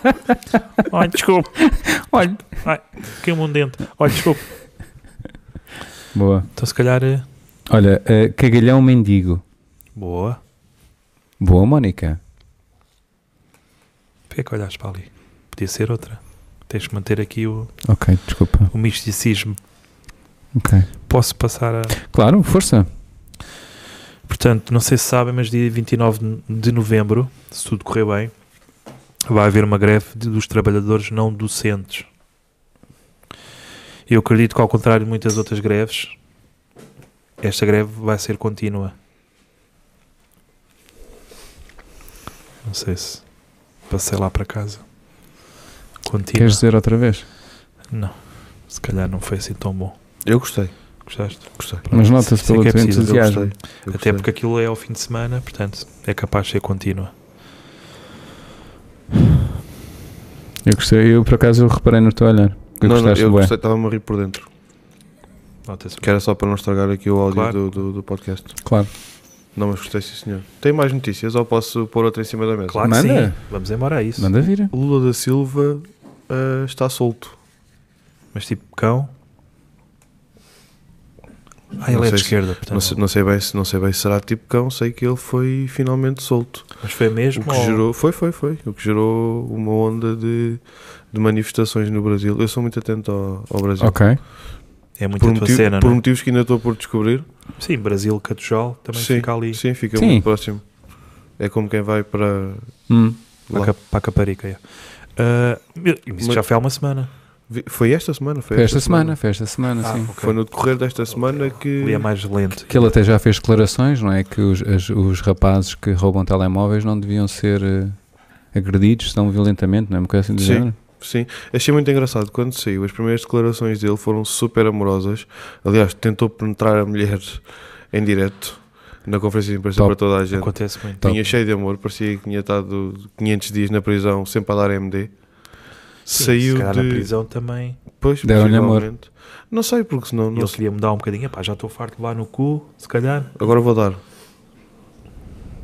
[SPEAKER 2] Ai, desculpe.
[SPEAKER 1] Olha.
[SPEAKER 2] Queimou um dente. Olha, desculpe.
[SPEAKER 1] Boa.
[SPEAKER 2] Então se calhar... eh,
[SPEAKER 1] Olha, eh, cagalhão mendigo.
[SPEAKER 2] Boa.
[SPEAKER 1] Boa, Mónica.
[SPEAKER 2] Porquê é que olhaste para ali? Podia ser outra. Tens que manter aqui o,
[SPEAKER 1] Ok, desculpa.
[SPEAKER 2] o misticismo.
[SPEAKER 1] Ok.
[SPEAKER 2] Posso passar a...
[SPEAKER 1] Claro, força.
[SPEAKER 2] Portanto, não sei se sabem, mas dia 29 de- de novembro, se tudo correr bem, vai haver uma greve de- dos trabalhadores não docentes. Eu acredito que, ao contrário de muitas outras greves, esta greve vai ser contínua. Não sei se passei lá para casa. Contínua.
[SPEAKER 1] Queres dizer outra vez?
[SPEAKER 2] Não, se calhar não foi assim tão bom.
[SPEAKER 3] Eu gostei.
[SPEAKER 2] Gostaste?
[SPEAKER 3] Gostei.
[SPEAKER 1] Mas nota-se
[SPEAKER 2] Sei
[SPEAKER 1] pelo
[SPEAKER 2] que é
[SPEAKER 1] teu
[SPEAKER 2] preciso, eu
[SPEAKER 3] Eu
[SPEAKER 1] entusiasmo.
[SPEAKER 3] gostei. Eu
[SPEAKER 2] Até
[SPEAKER 3] gostei.
[SPEAKER 2] porque aquilo é ao fim de semana, portanto, é capaz de ser contínua.
[SPEAKER 1] Eu gostei, eu por acaso eu reparei no teu olhar. Eu
[SPEAKER 3] Não, não,
[SPEAKER 1] gostaste,
[SPEAKER 3] eu
[SPEAKER 1] bué.
[SPEAKER 3] gostei, estava-me a rir por dentro.
[SPEAKER 2] Nota-se.
[SPEAKER 3] Que era só para não estragar aqui o áudio
[SPEAKER 2] Claro.
[SPEAKER 3] do, do, do podcast.
[SPEAKER 1] Claro.
[SPEAKER 3] Não, mas gostei, sim senhor. Tem mais notícias ou posso pôr outra em cima da mesa?
[SPEAKER 2] Claro
[SPEAKER 1] Manda.
[SPEAKER 2] que sim. Vamos embora a isso.
[SPEAKER 1] Manda vir.
[SPEAKER 3] Lula da Silva ah, está solto.
[SPEAKER 2] Mas tipo cão. Ah, ele
[SPEAKER 3] Não
[SPEAKER 2] é
[SPEAKER 3] sei
[SPEAKER 2] de
[SPEAKER 3] se-
[SPEAKER 2] esquerda, portanto.
[SPEAKER 3] Não sei, não sei bem se não sei bem se será tipo cão, sei que ele foi finalmente solto.
[SPEAKER 2] Mas foi mesmo.
[SPEAKER 3] O que
[SPEAKER 2] ou-
[SPEAKER 3] gerou, foi, foi, foi. O que gerou uma onda de de manifestações no Brasil. Eu sou muito atento ao, ao Brasil.
[SPEAKER 1] Ok.
[SPEAKER 2] É muito
[SPEAKER 3] Por,
[SPEAKER 2] a tua
[SPEAKER 3] motivo-
[SPEAKER 2] cena,
[SPEAKER 3] por
[SPEAKER 2] não é?
[SPEAKER 3] motivos que ainda estou por descobrir.
[SPEAKER 2] Sim, Brasil, Catujal, também
[SPEAKER 3] Sim.
[SPEAKER 2] fica ali.
[SPEAKER 3] Sim, fica
[SPEAKER 1] Sim.
[SPEAKER 3] muito próximo. É como quem vai para.
[SPEAKER 1] Hum.
[SPEAKER 2] Para,
[SPEAKER 3] lá.
[SPEAKER 2] Cap- para Caparica, é. Ah, isso
[SPEAKER 3] Mas-
[SPEAKER 2] já foi há uma semana.
[SPEAKER 3] Vi- Foi esta semana? Foi,
[SPEAKER 1] Foi esta semana, foi esta semana,
[SPEAKER 2] Ah,
[SPEAKER 1] sim.
[SPEAKER 2] ok.
[SPEAKER 3] Foi no decorrer desta semana que.
[SPEAKER 2] Ali é mais lento.
[SPEAKER 1] Que ele até já fez declarações, não é? Que os, as- os rapazes que roubam telemóveis não deviam ser eh, agredidos tão violentamente, não é? Uma coisa assim do
[SPEAKER 3] Sim.
[SPEAKER 1] género.
[SPEAKER 3] Sim, achei muito engraçado quando saiu. As primeiras declarações dele foram super amorosas. Aliás, tentou penetrar a mulher em direto na conferência de imprensa
[SPEAKER 1] Top.
[SPEAKER 3] para toda a gente.
[SPEAKER 2] Acontece muito.
[SPEAKER 1] Top.
[SPEAKER 3] Tinha cheio de amor, parecia que tinha estado 500 dias na prisão sempre a dar MD.
[SPEAKER 2] Sim,
[SPEAKER 3] Saiu
[SPEAKER 2] se calhar na
[SPEAKER 3] de.
[SPEAKER 2] prisão também.
[SPEAKER 3] Pois,
[SPEAKER 1] Deram-lhe amor.
[SPEAKER 3] possivelmente. Não sei, porque senão.
[SPEAKER 2] E
[SPEAKER 3] Não
[SPEAKER 2] ele queria mudar um bocadinho. Epá, já estou farto de levar no cu, se calhar.
[SPEAKER 3] Agora vou dar.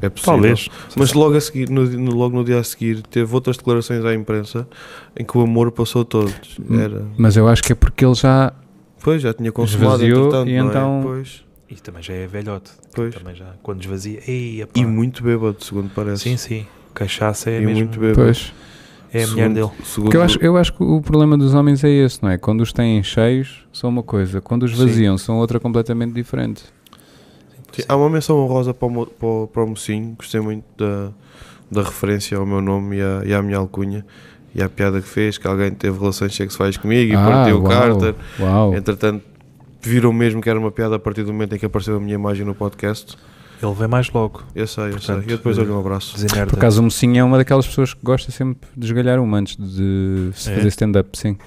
[SPEAKER 3] É possível.
[SPEAKER 2] Talvez.
[SPEAKER 3] Mas logo, a seguir, no, no- logo no dia a seguir, teve outras declarações à imprensa em que o amor passou todos.
[SPEAKER 1] Hum.
[SPEAKER 3] Era.
[SPEAKER 1] Mas eu acho que é porque ele já.
[SPEAKER 3] Pois, já tinha consumado,
[SPEAKER 1] Esvaziou
[SPEAKER 3] entretanto,
[SPEAKER 1] e
[SPEAKER 3] não é?
[SPEAKER 1] então- Tá
[SPEAKER 3] Pois,
[SPEAKER 2] E também já é velhote.
[SPEAKER 3] pois.
[SPEAKER 2] Também já. Quando esvazia. Ei, epá.
[SPEAKER 3] E muito bêbado, segundo parece.
[SPEAKER 2] Sim, sim. Cachaça é
[SPEAKER 3] e
[SPEAKER 2] mesmo.
[SPEAKER 3] muito bêbado.
[SPEAKER 1] Pois.
[SPEAKER 2] É a mulher dele.
[SPEAKER 3] Segundo,
[SPEAKER 1] Porque eu acho, eu acho que o problema dos homens é esse, não é? Quando os têm cheios, são uma coisa. Quando os
[SPEAKER 2] Sim.
[SPEAKER 1] vaziam, são outra completamente diferente.
[SPEAKER 3] Sim, há uma menção honrosa para o, mo- para o, para o mocinho. Gostei muito da, da referência ao meu nome e à, e à minha alcunha. E à piada que fez, que alguém teve relações sexuais comigo e
[SPEAKER 1] Ah,
[SPEAKER 3] partiu o cárter.
[SPEAKER 1] Uau.
[SPEAKER 3] Entretanto, viram mesmo que era uma piada a partir do momento em que apareceu a minha imagem no podcast.
[SPEAKER 2] Ele vem mais logo.
[SPEAKER 3] Eu sei, eu
[SPEAKER 2] Portanto,
[SPEAKER 3] sei. Eu depois dou-lhe um abraço.
[SPEAKER 2] Dizer merda.
[SPEAKER 1] Por acaso, o Mocinho é uma daquelas pessoas que gosta sempre de esgalhar uma antes de se
[SPEAKER 2] É?
[SPEAKER 1] fazer stand-up, sim.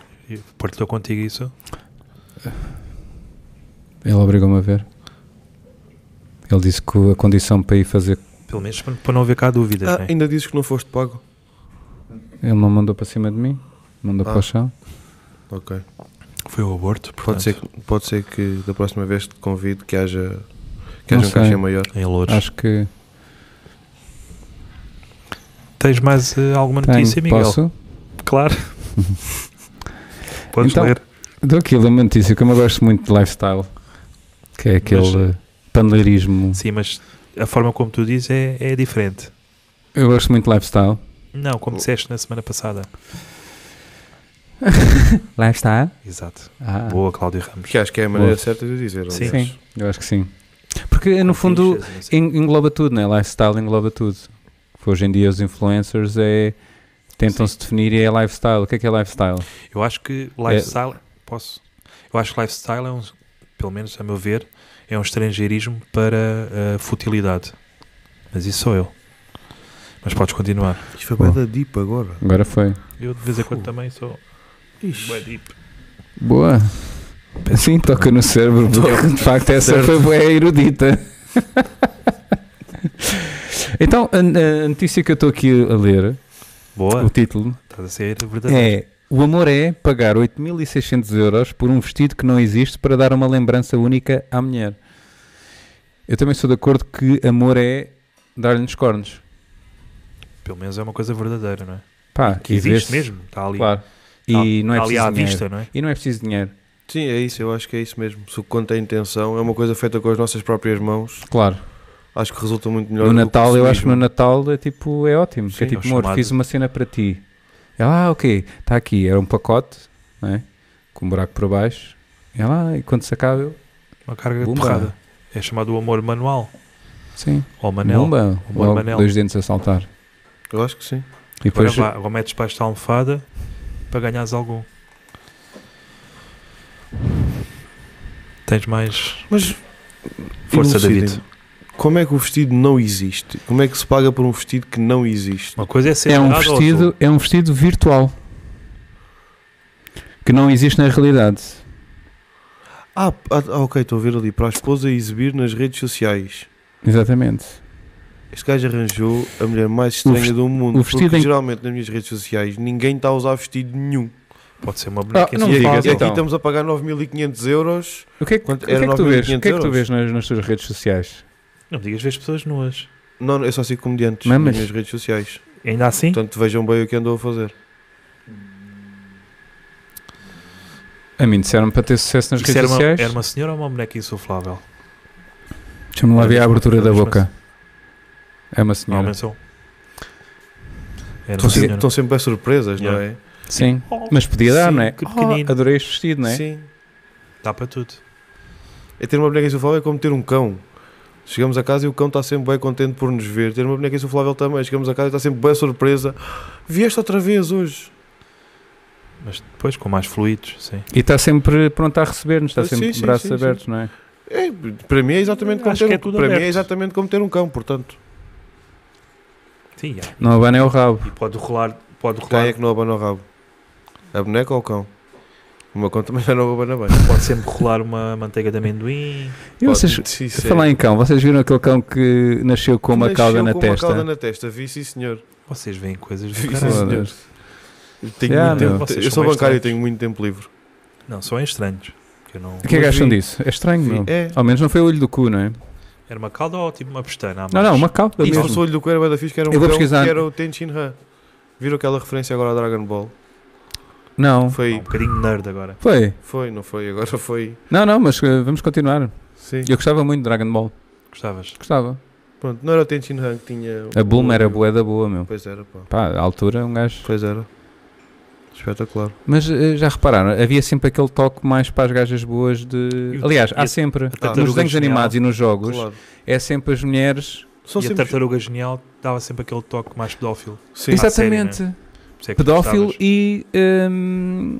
[SPEAKER 2] Partilhou contigo isso?
[SPEAKER 1] Ele obrigou-me a ver. Ele disse que a condição para ir fazer.
[SPEAKER 2] Pelo menos para para não haver cá dúvidas,
[SPEAKER 3] Ah,
[SPEAKER 2] né?
[SPEAKER 3] ainda dizes que não foste pago?
[SPEAKER 1] Ele não mandou para cima de mim, mandou
[SPEAKER 3] Ah.
[SPEAKER 1] para o chão.
[SPEAKER 3] Ok.
[SPEAKER 2] Foi o aborto,
[SPEAKER 3] Pode
[SPEAKER 2] portanto,
[SPEAKER 3] ser, que- pode ser que da próxima vez te convido que haja, que
[SPEAKER 1] Não
[SPEAKER 3] haja um
[SPEAKER 1] sei.
[SPEAKER 3] cachê maior.
[SPEAKER 2] em Louros.
[SPEAKER 1] Acho que.
[SPEAKER 2] Tens mais eh, alguma
[SPEAKER 1] Tenho,
[SPEAKER 2] notícia, Miguel?
[SPEAKER 1] posso?
[SPEAKER 2] Claro. Podes
[SPEAKER 1] Então,
[SPEAKER 2] ler.
[SPEAKER 1] Dou aqui uma notícia que eu me gosto muito de lifestyle, que é aquele panleirismo.
[SPEAKER 2] Sim, mas a forma como tu dizes é, é diferente.
[SPEAKER 1] Eu gosto muito de lifestyle.
[SPEAKER 2] Não, como disseste na semana passada.
[SPEAKER 1] Lifestyle?
[SPEAKER 2] Exato.
[SPEAKER 1] Ah,
[SPEAKER 2] Boa, Cláudio Ramos.
[SPEAKER 3] Que acho que é a maneira
[SPEAKER 1] Boa.
[SPEAKER 3] certa de dizer.
[SPEAKER 2] Sim.
[SPEAKER 3] aliás.
[SPEAKER 1] sim, eu acho que sim. Porque no fundo en- engloba tudo, né? Lifestyle engloba tudo. Hoje em dia os influencers é. Tentam-se definir e é lifestyle. O que é que é lifestyle?
[SPEAKER 2] Eu acho que
[SPEAKER 1] É.
[SPEAKER 2] lifestyle. Posso? Eu acho que lifestyle é um. Pelo menos a meu ver, é um estrangeirismo para a futilidade. Mas isso sou eu. Mas podes continuar.
[SPEAKER 3] Isto foi
[SPEAKER 1] Boa.
[SPEAKER 3] bué da deep agora.
[SPEAKER 1] Agora foi.
[SPEAKER 2] Eu de vez em quando também sou. bué
[SPEAKER 3] Ixi.
[SPEAKER 2] deep.
[SPEAKER 1] Boa. Sim, toca no cérebro, porque de facto essa
[SPEAKER 3] Certo.
[SPEAKER 1] foi boa é erudita. então, a, a notícia que eu estou aqui a ler,
[SPEAKER 2] Boa,
[SPEAKER 1] o título,
[SPEAKER 2] estás a ser verdadeiro.
[SPEAKER 1] é O amor é pagar 8.600 euros por um vestido que não existe para dar uma lembrança única à mulher. Eu também sou de acordo que amor é dar-lhe nos cornos.
[SPEAKER 2] Pelo menos é uma coisa verdadeira, não é?
[SPEAKER 1] Pá,
[SPEAKER 2] Que
[SPEAKER 1] e
[SPEAKER 2] existe
[SPEAKER 1] vê-se-
[SPEAKER 2] mesmo. Está ali,
[SPEAKER 1] Claro.
[SPEAKER 2] está-
[SPEAKER 1] E não é
[SPEAKER 2] está ali
[SPEAKER 1] preciso
[SPEAKER 2] à
[SPEAKER 1] dinheiro.
[SPEAKER 2] vista, não é?
[SPEAKER 1] E não é preciso dinheiro.
[SPEAKER 3] Sim, é isso. Eu acho que é isso mesmo. Se o que conta a intenção, é uma coisa feita com as nossas próprias mãos.
[SPEAKER 1] Claro.
[SPEAKER 3] Acho que resulta muito melhor.
[SPEAKER 1] No
[SPEAKER 3] do que
[SPEAKER 1] Natal,
[SPEAKER 3] o
[SPEAKER 1] eu acho que no
[SPEAKER 3] consumismo.
[SPEAKER 1] Natal é tipo, é ótimo.
[SPEAKER 2] Sim,
[SPEAKER 1] que é tipo,
[SPEAKER 2] é o
[SPEAKER 1] amor,
[SPEAKER 2] chamado-
[SPEAKER 1] fiz uma cena para ti. Ela, ah, ok, está aqui. Era um pacote, não é? Com um buraco por baixo. Ela, ah, e quando se acaba, eu,
[SPEAKER 2] Uma carga de
[SPEAKER 1] Bumba.
[SPEAKER 2] porrada. É chamado o amor manual.
[SPEAKER 1] sim,
[SPEAKER 2] Ou manel.
[SPEAKER 1] bomba,
[SPEAKER 2] Amor,
[SPEAKER 1] logo
[SPEAKER 2] Manel.
[SPEAKER 1] dois dentes a saltar.
[SPEAKER 3] Eu acho que sim.
[SPEAKER 1] E
[SPEAKER 2] Agora,
[SPEAKER 1] depois,
[SPEAKER 2] vá, agora metes para esta almofada para ganhares algum. Tens mais
[SPEAKER 3] Mas.
[SPEAKER 2] força,
[SPEAKER 3] elucidem-me.
[SPEAKER 2] David.
[SPEAKER 3] Como é que o vestido não existe? Como é que se paga por um vestido que não existe?
[SPEAKER 2] Uma coisa é ser
[SPEAKER 1] é um
[SPEAKER 2] dado ao
[SPEAKER 1] vestido,
[SPEAKER 2] outro.
[SPEAKER 1] é um vestido virtual. Que não existe na realidade.
[SPEAKER 3] Ah, ah, ok, estou a ver ali. Para a esposa exibir nas redes sociais.
[SPEAKER 1] Exatamente.
[SPEAKER 3] Este gajo arranjou a mulher mais estranha
[SPEAKER 1] vest-
[SPEAKER 3] do mundo.
[SPEAKER 1] o vestido
[SPEAKER 3] porque
[SPEAKER 1] em-
[SPEAKER 3] geralmente nas minhas redes sociais ninguém está a usar vestido nenhum.
[SPEAKER 2] Pode ser uma boneca.
[SPEAKER 1] não
[SPEAKER 3] e aqui,
[SPEAKER 1] faz,
[SPEAKER 3] e aqui
[SPEAKER 1] então.
[SPEAKER 3] estamos a pagar 9.500 euros.
[SPEAKER 1] O que é que,
[SPEAKER 3] Quanto-
[SPEAKER 1] o que, é
[SPEAKER 3] era
[SPEAKER 1] que tu vês? O que é que
[SPEAKER 3] 9.500
[SPEAKER 1] tu vês nas, nas tuas redes sociais?
[SPEAKER 2] Não digas ver as pessoas nuas.
[SPEAKER 3] Não, não, eu só sigo comediantes
[SPEAKER 1] Mas- mas-
[SPEAKER 3] nas minhas redes sociais.
[SPEAKER 2] Ainda assim,
[SPEAKER 1] Então,
[SPEAKER 3] Portanto, vejam bem o que andou a fazer.
[SPEAKER 1] A mim disseram para ter sucesso nas
[SPEAKER 2] isso era
[SPEAKER 1] redes
[SPEAKER 2] uma,
[SPEAKER 1] sociais.
[SPEAKER 2] era uma senhora ou uma boneca insuflável?
[SPEAKER 1] Deixa-me lá
[SPEAKER 2] Era
[SPEAKER 1] ver a
[SPEAKER 2] mesmo-
[SPEAKER 1] abertura
[SPEAKER 2] era
[SPEAKER 1] da
[SPEAKER 2] mesmo
[SPEAKER 1] boca. É uma
[SPEAKER 2] Não,
[SPEAKER 1] senhora.
[SPEAKER 2] mas são. Era
[SPEAKER 3] Estão
[SPEAKER 2] uma
[SPEAKER 3] sempre,
[SPEAKER 2] senhora.
[SPEAKER 1] Então
[SPEAKER 3] estão sempre bem surpresas, não é?
[SPEAKER 1] Sim.
[SPEAKER 2] Oh,
[SPEAKER 1] Mas podia dar,
[SPEAKER 2] sim,
[SPEAKER 1] não é?
[SPEAKER 2] que
[SPEAKER 1] Oh,
[SPEAKER 2] pequenino.
[SPEAKER 1] adorei este vestido, não é?
[SPEAKER 3] Sim.
[SPEAKER 2] Dá para tudo.
[SPEAKER 3] É ter uma boneca insuflável é como ter um cão. Chegamos a casa e o cão está sempre bem contente por nos ver. Ter uma boneca insuflável também. Chegamos a casa e está sempre bem surpresa. Vieste outra vez hoje.
[SPEAKER 2] Mas depois com mais fluidos, sim.
[SPEAKER 1] E está sempre pronto a receber-nos, está
[SPEAKER 3] Ah, sim,
[SPEAKER 1] sempre de
[SPEAKER 3] sim,
[SPEAKER 1] braços
[SPEAKER 3] sim, sim.
[SPEAKER 1] abertos, não é?
[SPEAKER 3] É, para mim é exatamente como
[SPEAKER 2] Acho
[SPEAKER 3] ter
[SPEAKER 2] que
[SPEAKER 3] um,
[SPEAKER 2] é tudo
[SPEAKER 3] para mim é
[SPEAKER 2] aberto.
[SPEAKER 3] exatamente como ter um cão, portanto.
[SPEAKER 2] Sim, é.
[SPEAKER 1] Não abana é o rabo.
[SPEAKER 2] E pode rolar, pode rolar,
[SPEAKER 3] Quem é que não abana o rabo? A boneca ou o cão? O meu cão também já não abana bem.
[SPEAKER 2] pode sempre rolar uma manteiga de amendoim.
[SPEAKER 1] E vocês,
[SPEAKER 3] Pode- sim,
[SPEAKER 1] a
[SPEAKER 3] sim.
[SPEAKER 1] falar em cão, vocês viram aquele cão que nasceu com uma
[SPEAKER 3] Nasceu
[SPEAKER 1] cauda na
[SPEAKER 3] com
[SPEAKER 1] testa?
[SPEAKER 3] Uma cauda na testa, vi sim senhor.
[SPEAKER 2] Vocês veem coisas do
[SPEAKER 3] Sim,
[SPEAKER 2] caralho.
[SPEAKER 3] sim, senhor.
[SPEAKER 1] Foda-se.
[SPEAKER 3] Tenho
[SPEAKER 1] Yeah,
[SPEAKER 3] muito
[SPEAKER 1] meu.
[SPEAKER 3] tempo-
[SPEAKER 2] Vocês
[SPEAKER 3] Eu
[SPEAKER 2] são
[SPEAKER 3] sou bancário e
[SPEAKER 2] bastante.
[SPEAKER 3] tenho muito tempo livre.
[SPEAKER 2] Não, são estranhos. que eu não-
[SPEAKER 1] O que é que
[SPEAKER 3] Mas
[SPEAKER 1] acham
[SPEAKER 3] vi-
[SPEAKER 1] disso? É estranho,
[SPEAKER 3] Vi-
[SPEAKER 1] não?
[SPEAKER 3] É.
[SPEAKER 1] Ao menos não foi o olho do cu, não é?
[SPEAKER 2] Era uma calda ou tipo uma pestana? à
[SPEAKER 1] Não,
[SPEAKER 2] mais?
[SPEAKER 1] não, uma cauda
[SPEAKER 3] E se
[SPEAKER 1] mesmo.
[SPEAKER 3] fosse o olho do coelho, era da fixe, que era um
[SPEAKER 1] Eu vou
[SPEAKER 3] cão,
[SPEAKER 1] pesquisar.
[SPEAKER 3] que era o Tenshin Han. Viram aquela referência agora a Dragon Ball?
[SPEAKER 1] Não,
[SPEAKER 2] Ah,
[SPEAKER 3] Foi,
[SPEAKER 2] Um bocadinho nerd agora.
[SPEAKER 1] foi.
[SPEAKER 3] foi, não foi, agora foi.
[SPEAKER 1] Não, não, mas eh, vamos continuar.
[SPEAKER 3] Sim.
[SPEAKER 1] Eu gostava muito de Dragon Ball.
[SPEAKER 2] Gostavas?
[SPEAKER 1] Gostava.
[SPEAKER 3] Pronto, não era o Tenshin Han que tinha.
[SPEAKER 1] A
[SPEAKER 3] o-
[SPEAKER 1] Bulma era boa da boa, meu.
[SPEAKER 3] Pois era, pá.
[SPEAKER 1] Pá, à altura, um gajo.
[SPEAKER 3] Pois era. Espetacular.
[SPEAKER 1] Mas eh, já repararam, havia sempre aquele toque mais para as gajas boas de.
[SPEAKER 2] E o-
[SPEAKER 1] Aliás,
[SPEAKER 2] e
[SPEAKER 1] há
[SPEAKER 2] a-
[SPEAKER 1] sempre.
[SPEAKER 2] tartaruga
[SPEAKER 1] Ah, Nos desenhos
[SPEAKER 2] genial.
[SPEAKER 1] animados e nos jogos,
[SPEAKER 3] Claro.
[SPEAKER 1] é sempre as mulheres.
[SPEAKER 3] São
[SPEAKER 2] e
[SPEAKER 3] sempre.
[SPEAKER 2] a tartaruga genial dava sempre aquele toque mais pedófilo.
[SPEAKER 3] Sim.
[SPEAKER 2] Isso-
[SPEAKER 1] Exatamente.
[SPEAKER 2] série, Por isso é que
[SPEAKER 1] Pedófilo
[SPEAKER 2] gostavas.
[SPEAKER 1] e. hum,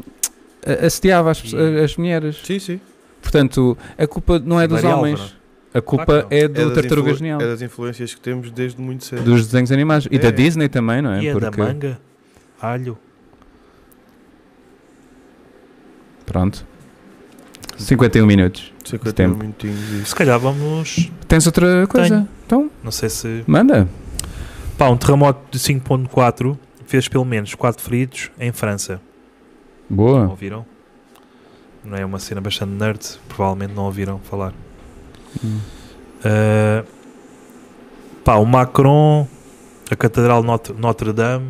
[SPEAKER 1] a- assediava as,
[SPEAKER 2] E-
[SPEAKER 1] as mulheres.
[SPEAKER 3] Sim, sim.
[SPEAKER 1] Portanto, a culpa não é dos
[SPEAKER 2] Maria
[SPEAKER 1] homens.
[SPEAKER 2] Álvaro.
[SPEAKER 1] A culpa
[SPEAKER 2] Claro que não.
[SPEAKER 1] é
[SPEAKER 3] É
[SPEAKER 1] do
[SPEAKER 3] das
[SPEAKER 1] Tartaruga
[SPEAKER 3] influ-
[SPEAKER 1] Genial.
[SPEAKER 3] É das influências que temos desde muito cedo.
[SPEAKER 1] Dos desenhos animados. E da
[SPEAKER 3] É.
[SPEAKER 1] Disney também, não é?
[SPEAKER 2] E a da
[SPEAKER 1] Porque-
[SPEAKER 2] manga? Alho?
[SPEAKER 1] Pronto. 51 minutos.
[SPEAKER 3] 51
[SPEAKER 1] tempo.
[SPEAKER 3] minutinhos.
[SPEAKER 2] Se
[SPEAKER 3] Isso.
[SPEAKER 2] calhar vamos.
[SPEAKER 1] Tens outra coisa? Então,
[SPEAKER 2] Não sei se.
[SPEAKER 1] manda.
[SPEAKER 2] Pá, um terremoto de 5.4 fez pelo menos 4 feridos em França. Não
[SPEAKER 1] Boa.
[SPEAKER 2] ouviram? Não é uma cena bastante nerd, provavelmente não ouviram falar.
[SPEAKER 1] Hum.
[SPEAKER 2] Uh, pá, o Macron, a Catedral Not- Notre Dame,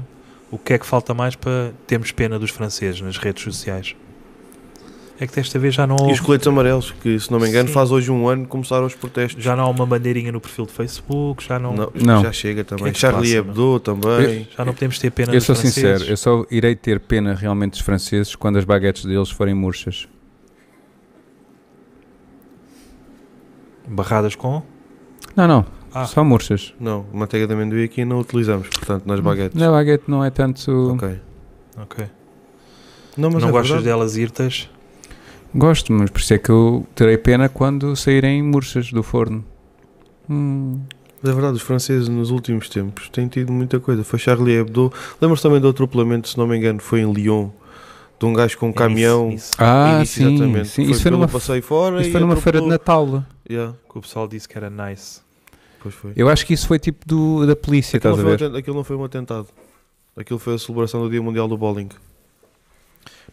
[SPEAKER 2] o que é que falta mais para termos pena dos franceses nas redes sociais? É que desta vez já não
[SPEAKER 3] E os
[SPEAKER 2] houve,
[SPEAKER 3] coletes amarelos, que se não me engano,
[SPEAKER 2] Sim.
[SPEAKER 3] faz hoje um ano que começaram os protestos.
[SPEAKER 2] já não há uma bandeirinha no perfil do Facebook, já não,
[SPEAKER 3] Não,
[SPEAKER 1] Não.
[SPEAKER 3] já chega também.
[SPEAKER 2] Que é que se
[SPEAKER 3] Charlie
[SPEAKER 2] passa,
[SPEAKER 3] Hebdo também.
[SPEAKER 2] já não podemos ter pena
[SPEAKER 1] Eu
[SPEAKER 2] dos
[SPEAKER 1] sou
[SPEAKER 2] franceses.
[SPEAKER 1] sincero, eu só irei ter pena realmente dos franceses quando as baguetes deles forem murchas.
[SPEAKER 2] Barradas com?
[SPEAKER 1] Não, não.
[SPEAKER 2] Ah.
[SPEAKER 1] Só murchas.
[SPEAKER 3] Não, manteiga de amendoim aqui não utilizamos, portanto,
[SPEAKER 2] Hum,
[SPEAKER 3] nas baguetes.
[SPEAKER 1] Na baguete não é tanto.
[SPEAKER 3] Ok.
[SPEAKER 2] Ok.
[SPEAKER 3] Não, mas
[SPEAKER 2] não
[SPEAKER 3] é
[SPEAKER 2] gostas
[SPEAKER 3] verdade.
[SPEAKER 2] delas irtas?
[SPEAKER 1] Gosto, mas por isso é que eu terei pena quando saírem murchas do forno. Hum.
[SPEAKER 3] Mas é verdade, os franceses nos últimos tempos têm tido muita coisa. Foi Charlie Hebdo. Lembro-se também do atropelamento, se não me engano, foi em Lyon, de um gajo com
[SPEAKER 2] É
[SPEAKER 3] um caminhão.
[SPEAKER 2] Nice, nice.
[SPEAKER 1] Ah,
[SPEAKER 3] Isso,
[SPEAKER 1] sim.
[SPEAKER 3] exatamente.
[SPEAKER 1] sim.
[SPEAKER 3] Foi
[SPEAKER 1] Isso foi
[SPEAKER 3] pelo
[SPEAKER 1] numa,
[SPEAKER 3] passeio fora
[SPEAKER 1] isso
[SPEAKER 3] e
[SPEAKER 1] foi numa feira de
[SPEAKER 3] atropelou-
[SPEAKER 1] Natal.
[SPEAKER 3] Yeah,
[SPEAKER 2] Que o pessoal disse que era nice.
[SPEAKER 3] pois foi.
[SPEAKER 1] Eu acho que isso foi tipo do, da polícia, estás
[SPEAKER 3] Aquilo, não
[SPEAKER 1] a
[SPEAKER 3] foi um
[SPEAKER 1] ver?
[SPEAKER 3] atent- aquilo não foi um atentado. Aquilo foi a celebração do Dia Mundial do Bowling.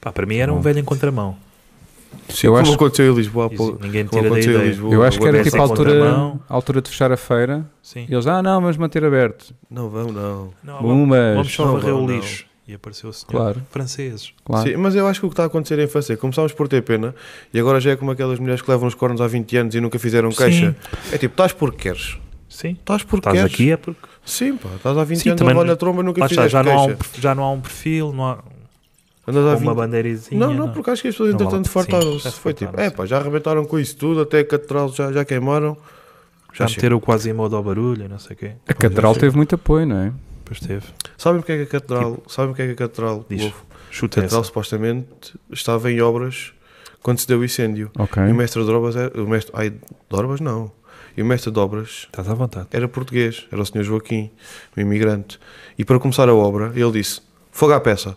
[SPEAKER 2] Pá, para mim era um
[SPEAKER 1] Bom.
[SPEAKER 2] velho em contramão.
[SPEAKER 1] eu
[SPEAKER 3] Como
[SPEAKER 1] acho,
[SPEAKER 3] aconteceu em Lisboa há
[SPEAKER 2] Isso,
[SPEAKER 3] pouco.
[SPEAKER 2] Ninguém
[SPEAKER 3] Como
[SPEAKER 2] tira da
[SPEAKER 3] aconteceu em
[SPEAKER 2] ideia.
[SPEAKER 3] Lisboa.
[SPEAKER 1] eu acho que era
[SPEAKER 2] Agora
[SPEAKER 1] tipo a
[SPEAKER 2] essa
[SPEAKER 1] altura,
[SPEAKER 2] contramão.
[SPEAKER 1] a altura de fechar a feira.
[SPEAKER 2] Sim.
[SPEAKER 1] E eles, ah, não, vamos manter aberto.
[SPEAKER 3] Não vão, não.
[SPEAKER 2] Não, Ah, Vamos
[SPEAKER 1] Bumas.
[SPEAKER 2] É, só
[SPEAKER 3] Não,
[SPEAKER 2] varrer o
[SPEAKER 3] não.
[SPEAKER 2] lixo. E apareceu o senhor.
[SPEAKER 1] Claro,
[SPEAKER 2] Franceses.
[SPEAKER 1] claro.
[SPEAKER 3] Sim, mas eu acho que o que está a acontecer em França é que começámos por ter pena e agora já é como aquelas mulheres que levam os cornos há 20 anos e nunca fizeram queixa. É tipo, estás porque queres.
[SPEAKER 2] Sim.
[SPEAKER 3] Estás porque
[SPEAKER 2] Estás
[SPEAKER 3] queres.
[SPEAKER 2] aqui é porque.
[SPEAKER 3] Sim, pá, estás há 20
[SPEAKER 2] Sim,
[SPEAKER 3] anos a
[SPEAKER 2] também
[SPEAKER 3] levar
[SPEAKER 2] não-
[SPEAKER 3] na tromba e nunca
[SPEAKER 2] Lá está,
[SPEAKER 3] fizeste
[SPEAKER 2] já, não há um,
[SPEAKER 3] queixa.
[SPEAKER 2] perfil- já não há um perfil, não há
[SPEAKER 3] Andas há
[SPEAKER 2] uma
[SPEAKER 3] 20
[SPEAKER 2] bandeirazinha.
[SPEAKER 3] Não, não, porque acho que as pessoas
[SPEAKER 2] Não vale
[SPEAKER 3] entretanto
[SPEAKER 2] a pena, sim,
[SPEAKER 3] fartaram-se.
[SPEAKER 2] já
[SPEAKER 3] Foi tipo, é
[SPEAKER 2] fartaram-se.
[SPEAKER 3] pá, já arrebentaram com isso tudo, até a catedral já, já queimaram.
[SPEAKER 2] Já
[SPEAKER 3] Já chega.
[SPEAKER 2] meteram o quase modo ao barulho, e não sei o quê.
[SPEAKER 1] A Catedral teve muito apoio, não é?
[SPEAKER 2] Depois teve.
[SPEAKER 3] Sabem porque é que a catedral, sabem porque é que a catedral,
[SPEAKER 2] Tipo, Diz.
[SPEAKER 3] Wolf? a
[SPEAKER 2] Chuta
[SPEAKER 3] catedral
[SPEAKER 2] essa.
[SPEAKER 3] supostamente estava em obras quando se deu o incêndio.
[SPEAKER 1] Ok.
[SPEAKER 2] Hum?
[SPEAKER 3] E o mestre de obras era, o mestre, ai, de obras não. E o mestre de obras
[SPEAKER 2] Estás à vontade.
[SPEAKER 3] era português, era o senhor Joaquim, um imigrante. E para começar a obra, ele disse: "Fogo à peça".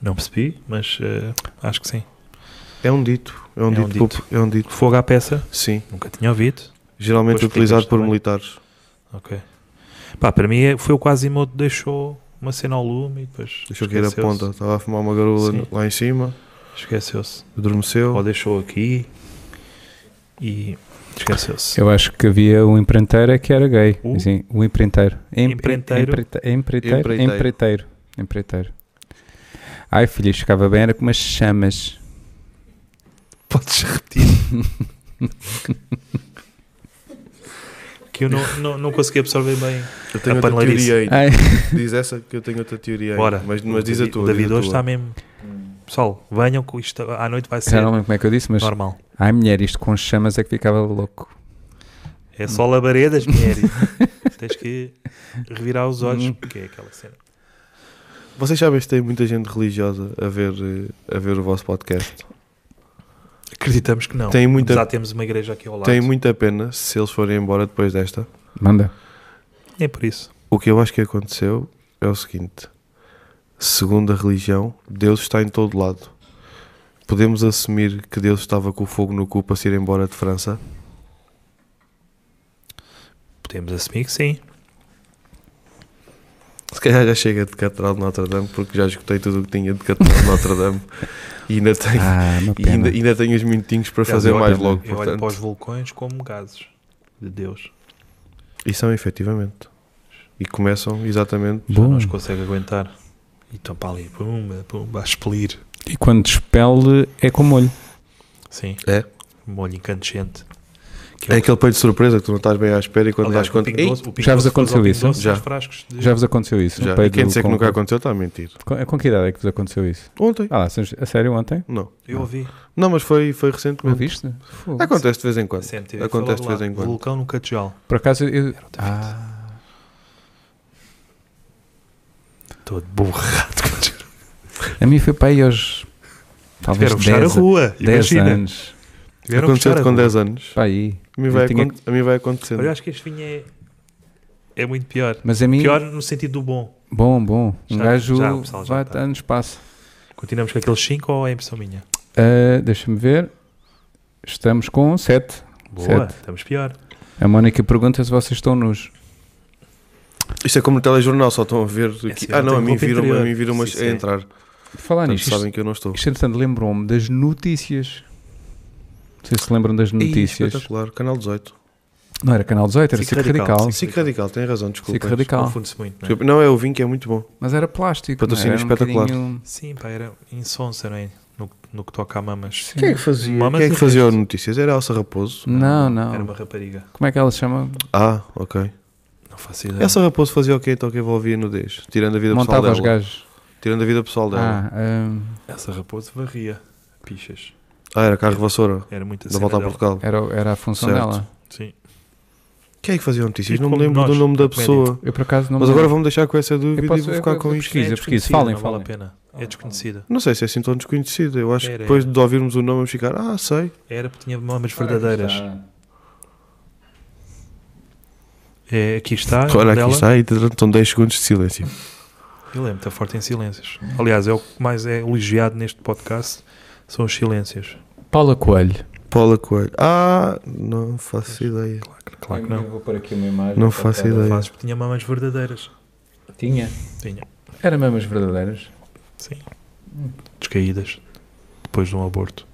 [SPEAKER 2] Não percebi, mas eh, acho que sim.
[SPEAKER 3] É um dito, é um, dito, pup, é um dito.
[SPEAKER 2] Fogo à peça,
[SPEAKER 3] Sim,
[SPEAKER 2] nunca tinha ouvido.
[SPEAKER 3] geralmente
[SPEAKER 2] Depois
[SPEAKER 3] utilizado
[SPEAKER 2] explicas
[SPEAKER 3] por
[SPEAKER 2] também.
[SPEAKER 3] militares.
[SPEAKER 2] Ok. Pá, para mim é- foi o Quasimodo que deixou uma cena ao lume e depois.
[SPEAKER 3] Deixou cair a
[SPEAKER 2] esqueceu-se.
[SPEAKER 3] ponta, estava a fumar uma garola
[SPEAKER 2] Sim.
[SPEAKER 3] lá em cima,
[SPEAKER 2] Esqueceu-se. Ou
[SPEAKER 3] adormeceu.
[SPEAKER 2] deixou aqui e esqueceu-se.
[SPEAKER 1] Eu acho que havia um empreiteiro que era gay.
[SPEAKER 2] O?
[SPEAKER 1] Assim, o empreiteiro. Em-
[SPEAKER 2] Empreiteiro?
[SPEAKER 1] empreite- Empreiteiro?
[SPEAKER 3] Empreiteiro.
[SPEAKER 1] Empreiteiro. Empreiteiro. Ai, filha, isto ficava bem, era com umas chamas.
[SPEAKER 2] Podes repetir? que eu não, não, não consegui absorver bem.
[SPEAKER 3] Eu tenho
[SPEAKER 2] A
[SPEAKER 3] outra
[SPEAKER 2] paneleirice.
[SPEAKER 3] teoria aí.
[SPEAKER 1] Ai,
[SPEAKER 3] Diz essa que eu tenho outra teoria aí.
[SPEAKER 2] Bora.
[SPEAKER 3] Mas, mas diz a tua.
[SPEAKER 2] O David
[SPEAKER 3] diz a
[SPEAKER 2] hoje
[SPEAKER 3] tua.
[SPEAKER 2] está mesmo. Pessoal, venham com isto. À noite vai
[SPEAKER 1] já
[SPEAKER 2] ser
[SPEAKER 1] não lembro como é que eu disse, mas.
[SPEAKER 2] normal.
[SPEAKER 1] Ai, mulher, isto com chamas é que ficava louco.
[SPEAKER 2] É só labaredas, mulher. Tens que revirar os
[SPEAKER 1] Uhum.
[SPEAKER 2] olhos, porque é aquela cena.
[SPEAKER 3] Vocês sabem se tem muita gente religiosa a ver, eh, a ver o vosso podcast.
[SPEAKER 2] Acreditamos que não.
[SPEAKER 3] Tem muita-
[SPEAKER 2] Apesar de termos uma igreja aqui ao lado.
[SPEAKER 3] Tem muita pena se eles forem embora depois desta.
[SPEAKER 1] Manda.
[SPEAKER 2] É por isso.
[SPEAKER 3] O que eu acho que aconteceu é o seguinte: segundo a religião, Deus está em todo lado. Podemos assumir que Deus estava com o fogo no cu para se ir embora de França?
[SPEAKER 2] Podemos assumir que sim.
[SPEAKER 3] Se calhar já chega de Catedral de Notre Dame, porque já escutei tudo o que tinha de Catedral de Notre Dame e ainda tenho,
[SPEAKER 1] Ah, uma
[SPEAKER 3] e
[SPEAKER 1] pena.
[SPEAKER 3] ainda, ainda tenho os minutinhos para
[SPEAKER 2] Já
[SPEAKER 3] fazer
[SPEAKER 2] deu a
[SPEAKER 3] mais
[SPEAKER 2] pena.
[SPEAKER 3] logo.
[SPEAKER 2] Eu olho para os
[SPEAKER 3] Portanto.
[SPEAKER 2] vulcões como gases de Deus.
[SPEAKER 3] E são efetivamente. E começam exatamente.
[SPEAKER 2] Já não
[SPEAKER 1] Bom.
[SPEAKER 2] os consegue aguentar. E estão para ali, pum, pum, a expelir.
[SPEAKER 1] E quando expele é com molho.
[SPEAKER 2] Sim.
[SPEAKER 3] É.
[SPEAKER 2] Um olho incandescente. Que
[SPEAKER 3] É aquele peito de surpresa que tu não estás bem à espera e quando
[SPEAKER 2] Aliás,
[SPEAKER 3] das conta.
[SPEAKER 2] o Pingo
[SPEAKER 3] Ei,
[SPEAKER 2] Doce- o Pingo
[SPEAKER 1] já vos
[SPEAKER 2] Doce faz
[SPEAKER 1] aconteceu
[SPEAKER 2] ao Pingo
[SPEAKER 1] isso?
[SPEAKER 2] Doce
[SPEAKER 3] Já.
[SPEAKER 2] uns frascos de-
[SPEAKER 1] Já vos aconteceu isso?
[SPEAKER 3] já.
[SPEAKER 1] Um peido
[SPEAKER 3] E quem disser que
[SPEAKER 1] com-
[SPEAKER 3] nunca aconteceu está a mentir.
[SPEAKER 1] Com, com que idade é que vos aconteceu isso?
[SPEAKER 3] Ontem?
[SPEAKER 1] Ah lá, vocês- a sério, ontem?
[SPEAKER 3] Não.
[SPEAKER 2] Eu ouvi.
[SPEAKER 3] Não, mas foi, foi recentemente.
[SPEAKER 1] Ouviste? Fogo.
[SPEAKER 3] Acontece de vez em
[SPEAKER 2] A
[SPEAKER 3] quando.
[SPEAKER 2] CMTV
[SPEAKER 3] Acontece
[SPEAKER 2] falou
[SPEAKER 3] de vez em
[SPEAKER 2] lá,
[SPEAKER 3] quando.
[SPEAKER 2] Vulcão no Catejal.
[SPEAKER 1] Por acaso eu.
[SPEAKER 2] Era o David.
[SPEAKER 1] Ah,
[SPEAKER 2] Todo borrado.
[SPEAKER 1] a mim foi para aí aos. Talvez
[SPEAKER 2] Tiveram que fechar a
[SPEAKER 1] 10,
[SPEAKER 2] rua.
[SPEAKER 1] 10
[SPEAKER 2] Imagina.
[SPEAKER 1] anos.
[SPEAKER 2] Tiveram que fechar a
[SPEAKER 3] Aconteceu com
[SPEAKER 2] rua.
[SPEAKER 3] 10 anos.
[SPEAKER 1] Para aí.
[SPEAKER 3] A mim
[SPEAKER 1] Eu
[SPEAKER 3] vai,
[SPEAKER 1] tinha
[SPEAKER 3] acon- a mim vai acontecendo.
[SPEAKER 2] Olha, eu acho que este vinho é, é muito pior.
[SPEAKER 1] Mas a mim.
[SPEAKER 2] Pior no sentido do bom.
[SPEAKER 1] Bom, bom. Um
[SPEAKER 2] Já-
[SPEAKER 1] gajo
[SPEAKER 2] já, o pessoal já
[SPEAKER 1] vai
[SPEAKER 2] tá.
[SPEAKER 1] dando espaço.
[SPEAKER 2] Continuamos com aqueles 5 ou é impressão minha?
[SPEAKER 1] Ah, Deixa-me ver. Estamos com 7.
[SPEAKER 2] Boa,
[SPEAKER 1] Sete.
[SPEAKER 2] estamos pior.
[SPEAKER 1] A Mónica pergunta se vocês estão nus.
[SPEAKER 3] Isto é como no telejornal, só estão a ver.
[SPEAKER 2] sim,
[SPEAKER 3] aqui. Ah,
[SPEAKER 2] não
[SPEAKER 3] não, a
[SPEAKER 2] tem
[SPEAKER 3] mim
[SPEAKER 2] roupa
[SPEAKER 3] viram, a
[SPEAKER 2] interior.
[SPEAKER 3] mim viram mas
[SPEAKER 2] Sim, sim.
[SPEAKER 3] a entrar.
[SPEAKER 1] Por falar
[SPEAKER 3] Portanto,
[SPEAKER 1] nisto, isto-
[SPEAKER 3] sabem que eu não estou.
[SPEAKER 1] Isto, entretanto, lembrou-me das notícias. Não sei se lembram das
[SPEAKER 3] Ih,
[SPEAKER 1] notícias.
[SPEAKER 3] espetacular, canal 18.
[SPEAKER 1] não era Canal 18, era
[SPEAKER 2] Cic
[SPEAKER 1] Cic
[SPEAKER 2] Radical,
[SPEAKER 1] Radical.
[SPEAKER 2] Cic
[SPEAKER 3] Cic Radical, tem razão,
[SPEAKER 1] Cic
[SPEAKER 3] desculpa.
[SPEAKER 1] Radical.
[SPEAKER 2] Confunde-se muito, não é?
[SPEAKER 3] Desculpa, Não, é o vinho que é muito bom.
[SPEAKER 1] Mas era plástico. não
[SPEAKER 3] Patrocínio
[SPEAKER 1] era? Era um
[SPEAKER 3] espetacular.
[SPEAKER 1] bocadinho-
[SPEAKER 2] Sim, pá, era insonsa, não é? No, no que toca a mamas.
[SPEAKER 1] Sim.
[SPEAKER 3] Quem é que fazia?
[SPEAKER 2] Mamas
[SPEAKER 3] Quem é que
[SPEAKER 2] e
[SPEAKER 3] fazia
[SPEAKER 2] resto.
[SPEAKER 3] notícias? Era Elsa Raposo?
[SPEAKER 1] Não,
[SPEAKER 2] Era
[SPEAKER 1] não.
[SPEAKER 2] uma rapariga.
[SPEAKER 1] Como é que ela se chama?
[SPEAKER 3] Ah, ok.
[SPEAKER 2] Não faço ideia.
[SPEAKER 3] Elsa Raposo fazia o que então que envolvia nudez? Tirando a vida pessoal
[SPEAKER 1] Montava os
[SPEAKER 3] dela.
[SPEAKER 1] gajos.
[SPEAKER 3] Tirando a vida pessoal dela.
[SPEAKER 1] Ah, hum,
[SPEAKER 2] Essa raposo varria. Pichas.
[SPEAKER 3] Ah, era carro de vassoura.
[SPEAKER 2] Era muito
[SPEAKER 3] Da
[SPEAKER 2] assim.
[SPEAKER 3] volta a Portugal.
[SPEAKER 1] era, era a função
[SPEAKER 3] Certo.
[SPEAKER 1] dela.
[SPEAKER 2] Sim.
[SPEAKER 3] Quem é que fazia notícias?
[SPEAKER 2] E
[SPEAKER 3] Não me
[SPEAKER 2] como
[SPEAKER 3] lembro do
[SPEAKER 2] nós, é
[SPEAKER 3] nome da
[SPEAKER 2] a comédia.
[SPEAKER 3] pessoa.
[SPEAKER 1] Eu, por acaso, não
[SPEAKER 3] Mas
[SPEAKER 1] me
[SPEAKER 3] agora
[SPEAKER 1] lembro.
[SPEAKER 3] vou-me deixar com essa dúvida
[SPEAKER 1] posso-
[SPEAKER 3] e vou
[SPEAKER 1] eu-
[SPEAKER 3] ficar
[SPEAKER 1] eu-
[SPEAKER 3] com
[SPEAKER 1] eu
[SPEAKER 3] isto.
[SPEAKER 1] Pesquisa,
[SPEAKER 2] é
[SPEAKER 1] pesquisa,
[SPEAKER 2] desconhecida,
[SPEAKER 1] falem,
[SPEAKER 2] não
[SPEAKER 1] falem.
[SPEAKER 2] vale a pena. É desconhecida.
[SPEAKER 3] Não sei se é assim tão desconhecido. Eu acho
[SPEAKER 2] Era,
[SPEAKER 3] que depois
[SPEAKER 2] era.
[SPEAKER 3] de ouvirmos o nome vamos ficar, ah, sei.
[SPEAKER 2] Era porque tinha mamas verdadeiras. É, aqui está.
[SPEAKER 3] Olha,
[SPEAKER 2] dela.
[SPEAKER 3] aqui está e estão 10 segundos de silêncio.
[SPEAKER 2] Eu lembro, está forte em silêncios. Aliás, é o que mais é elogiado neste podcast. São os silêncios.
[SPEAKER 1] Paula Coelho.
[SPEAKER 3] Paula Coelho. Ah, não faço ideia.
[SPEAKER 2] Claro, então, que- claro que não.
[SPEAKER 1] vou pôr aqui uma imagem.
[SPEAKER 3] Não para faço cada- ideia.
[SPEAKER 2] Fazes porque tinha mamas verdadeiras.
[SPEAKER 1] Tinha.
[SPEAKER 2] Tinha.
[SPEAKER 1] Era mamas verdadeiras.
[SPEAKER 2] Sim. Descaídas. Depois de um aborto.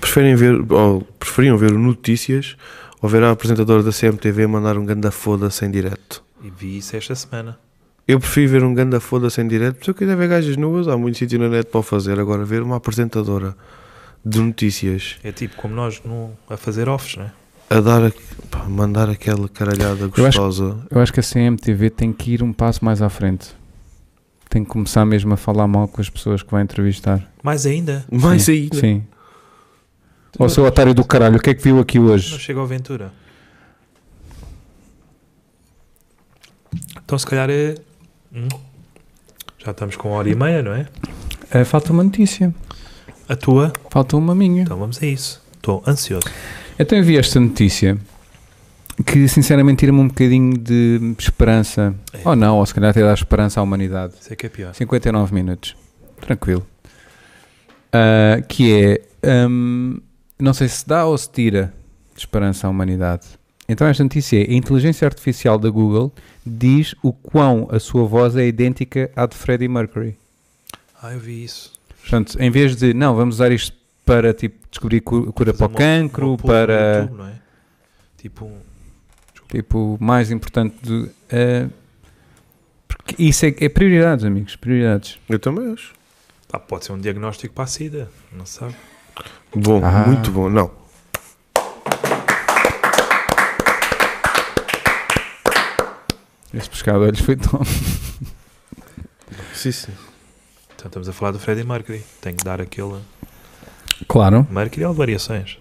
[SPEAKER 3] Preferem ver, ou preferiam ver o notícias ou ver a apresentadora da CMTV mandar um ganda foda-se em direto?
[SPEAKER 2] E vi isso esta semana.
[SPEAKER 3] Eu prefiro ver um ganda foda-se em direto, porque eu quiser ver gajas nuas, há muito sítio na net para o fazer. Agora, ver uma apresentadora de notícias
[SPEAKER 2] É tipo como nós no, a fazer offs, né?
[SPEAKER 3] a dar, a- pá, mandar aquela caralhada
[SPEAKER 1] Eu acho-
[SPEAKER 3] gostosa.
[SPEAKER 1] Eu acho que a CMTV tem que ir um passo mais à frente. Tem que começar mesmo a falar mal com as pessoas que vai entrevistar.
[SPEAKER 2] Mais ainda.
[SPEAKER 3] Mais ainda.
[SPEAKER 1] Sim. Ó seu otário do caralho, o que é que viu aqui
[SPEAKER 2] Não
[SPEAKER 1] hoje?
[SPEAKER 2] chega ao Ventura. Então se calhar é. Hum. Já estamos com uma hora e meia, não é?
[SPEAKER 1] Eh, falta uma notícia.
[SPEAKER 2] A tua?
[SPEAKER 1] Falta uma minha.
[SPEAKER 2] Então vamos a isso. Estou ansioso.
[SPEAKER 1] Então eu vi esta notícia que sinceramente tira-me um bocadinho de esperança.
[SPEAKER 2] É.
[SPEAKER 1] Ou não, ou se calhar até dá esperança à humanidade.
[SPEAKER 2] Isso é que é pior.
[SPEAKER 1] 59 minutos. Tranquilo. Ah, que é. hum, não sei se dá ou se tira esperança à humanidade. Então, esta notícia é: a inteligência artificial da Google diz o quão a sua voz é idêntica à de Freddie Mercury.
[SPEAKER 2] Ah, eu vi isso.
[SPEAKER 1] Portanto, em vez de, não, vamos usar isto para tipo, descobrir cu- cura
[SPEAKER 2] Fazer
[SPEAKER 1] para o
[SPEAKER 2] uma-
[SPEAKER 1] cancro,
[SPEAKER 2] uma pool no
[SPEAKER 1] para.
[SPEAKER 2] YouTube, não é? Tipo um.
[SPEAKER 1] Tipo, mais importante. De, ah, porque isso é, é prioridades, amigos, prioridades.
[SPEAKER 3] Eu também acho.
[SPEAKER 2] Ah, pode ser um diagnóstico para a SIDA. Não se sabe.
[SPEAKER 3] Bom,
[SPEAKER 1] Ah.
[SPEAKER 3] muito bom. Não.
[SPEAKER 1] Esse pescado de olhos foi Tom.
[SPEAKER 3] Sim, sim.
[SPEAKER 2] Então estamos a falar do Freddie Mercury. Tenho que dar aquele.
[SPEAKER 1] Claro.
[SPEAKER 2] Mercury ou variações?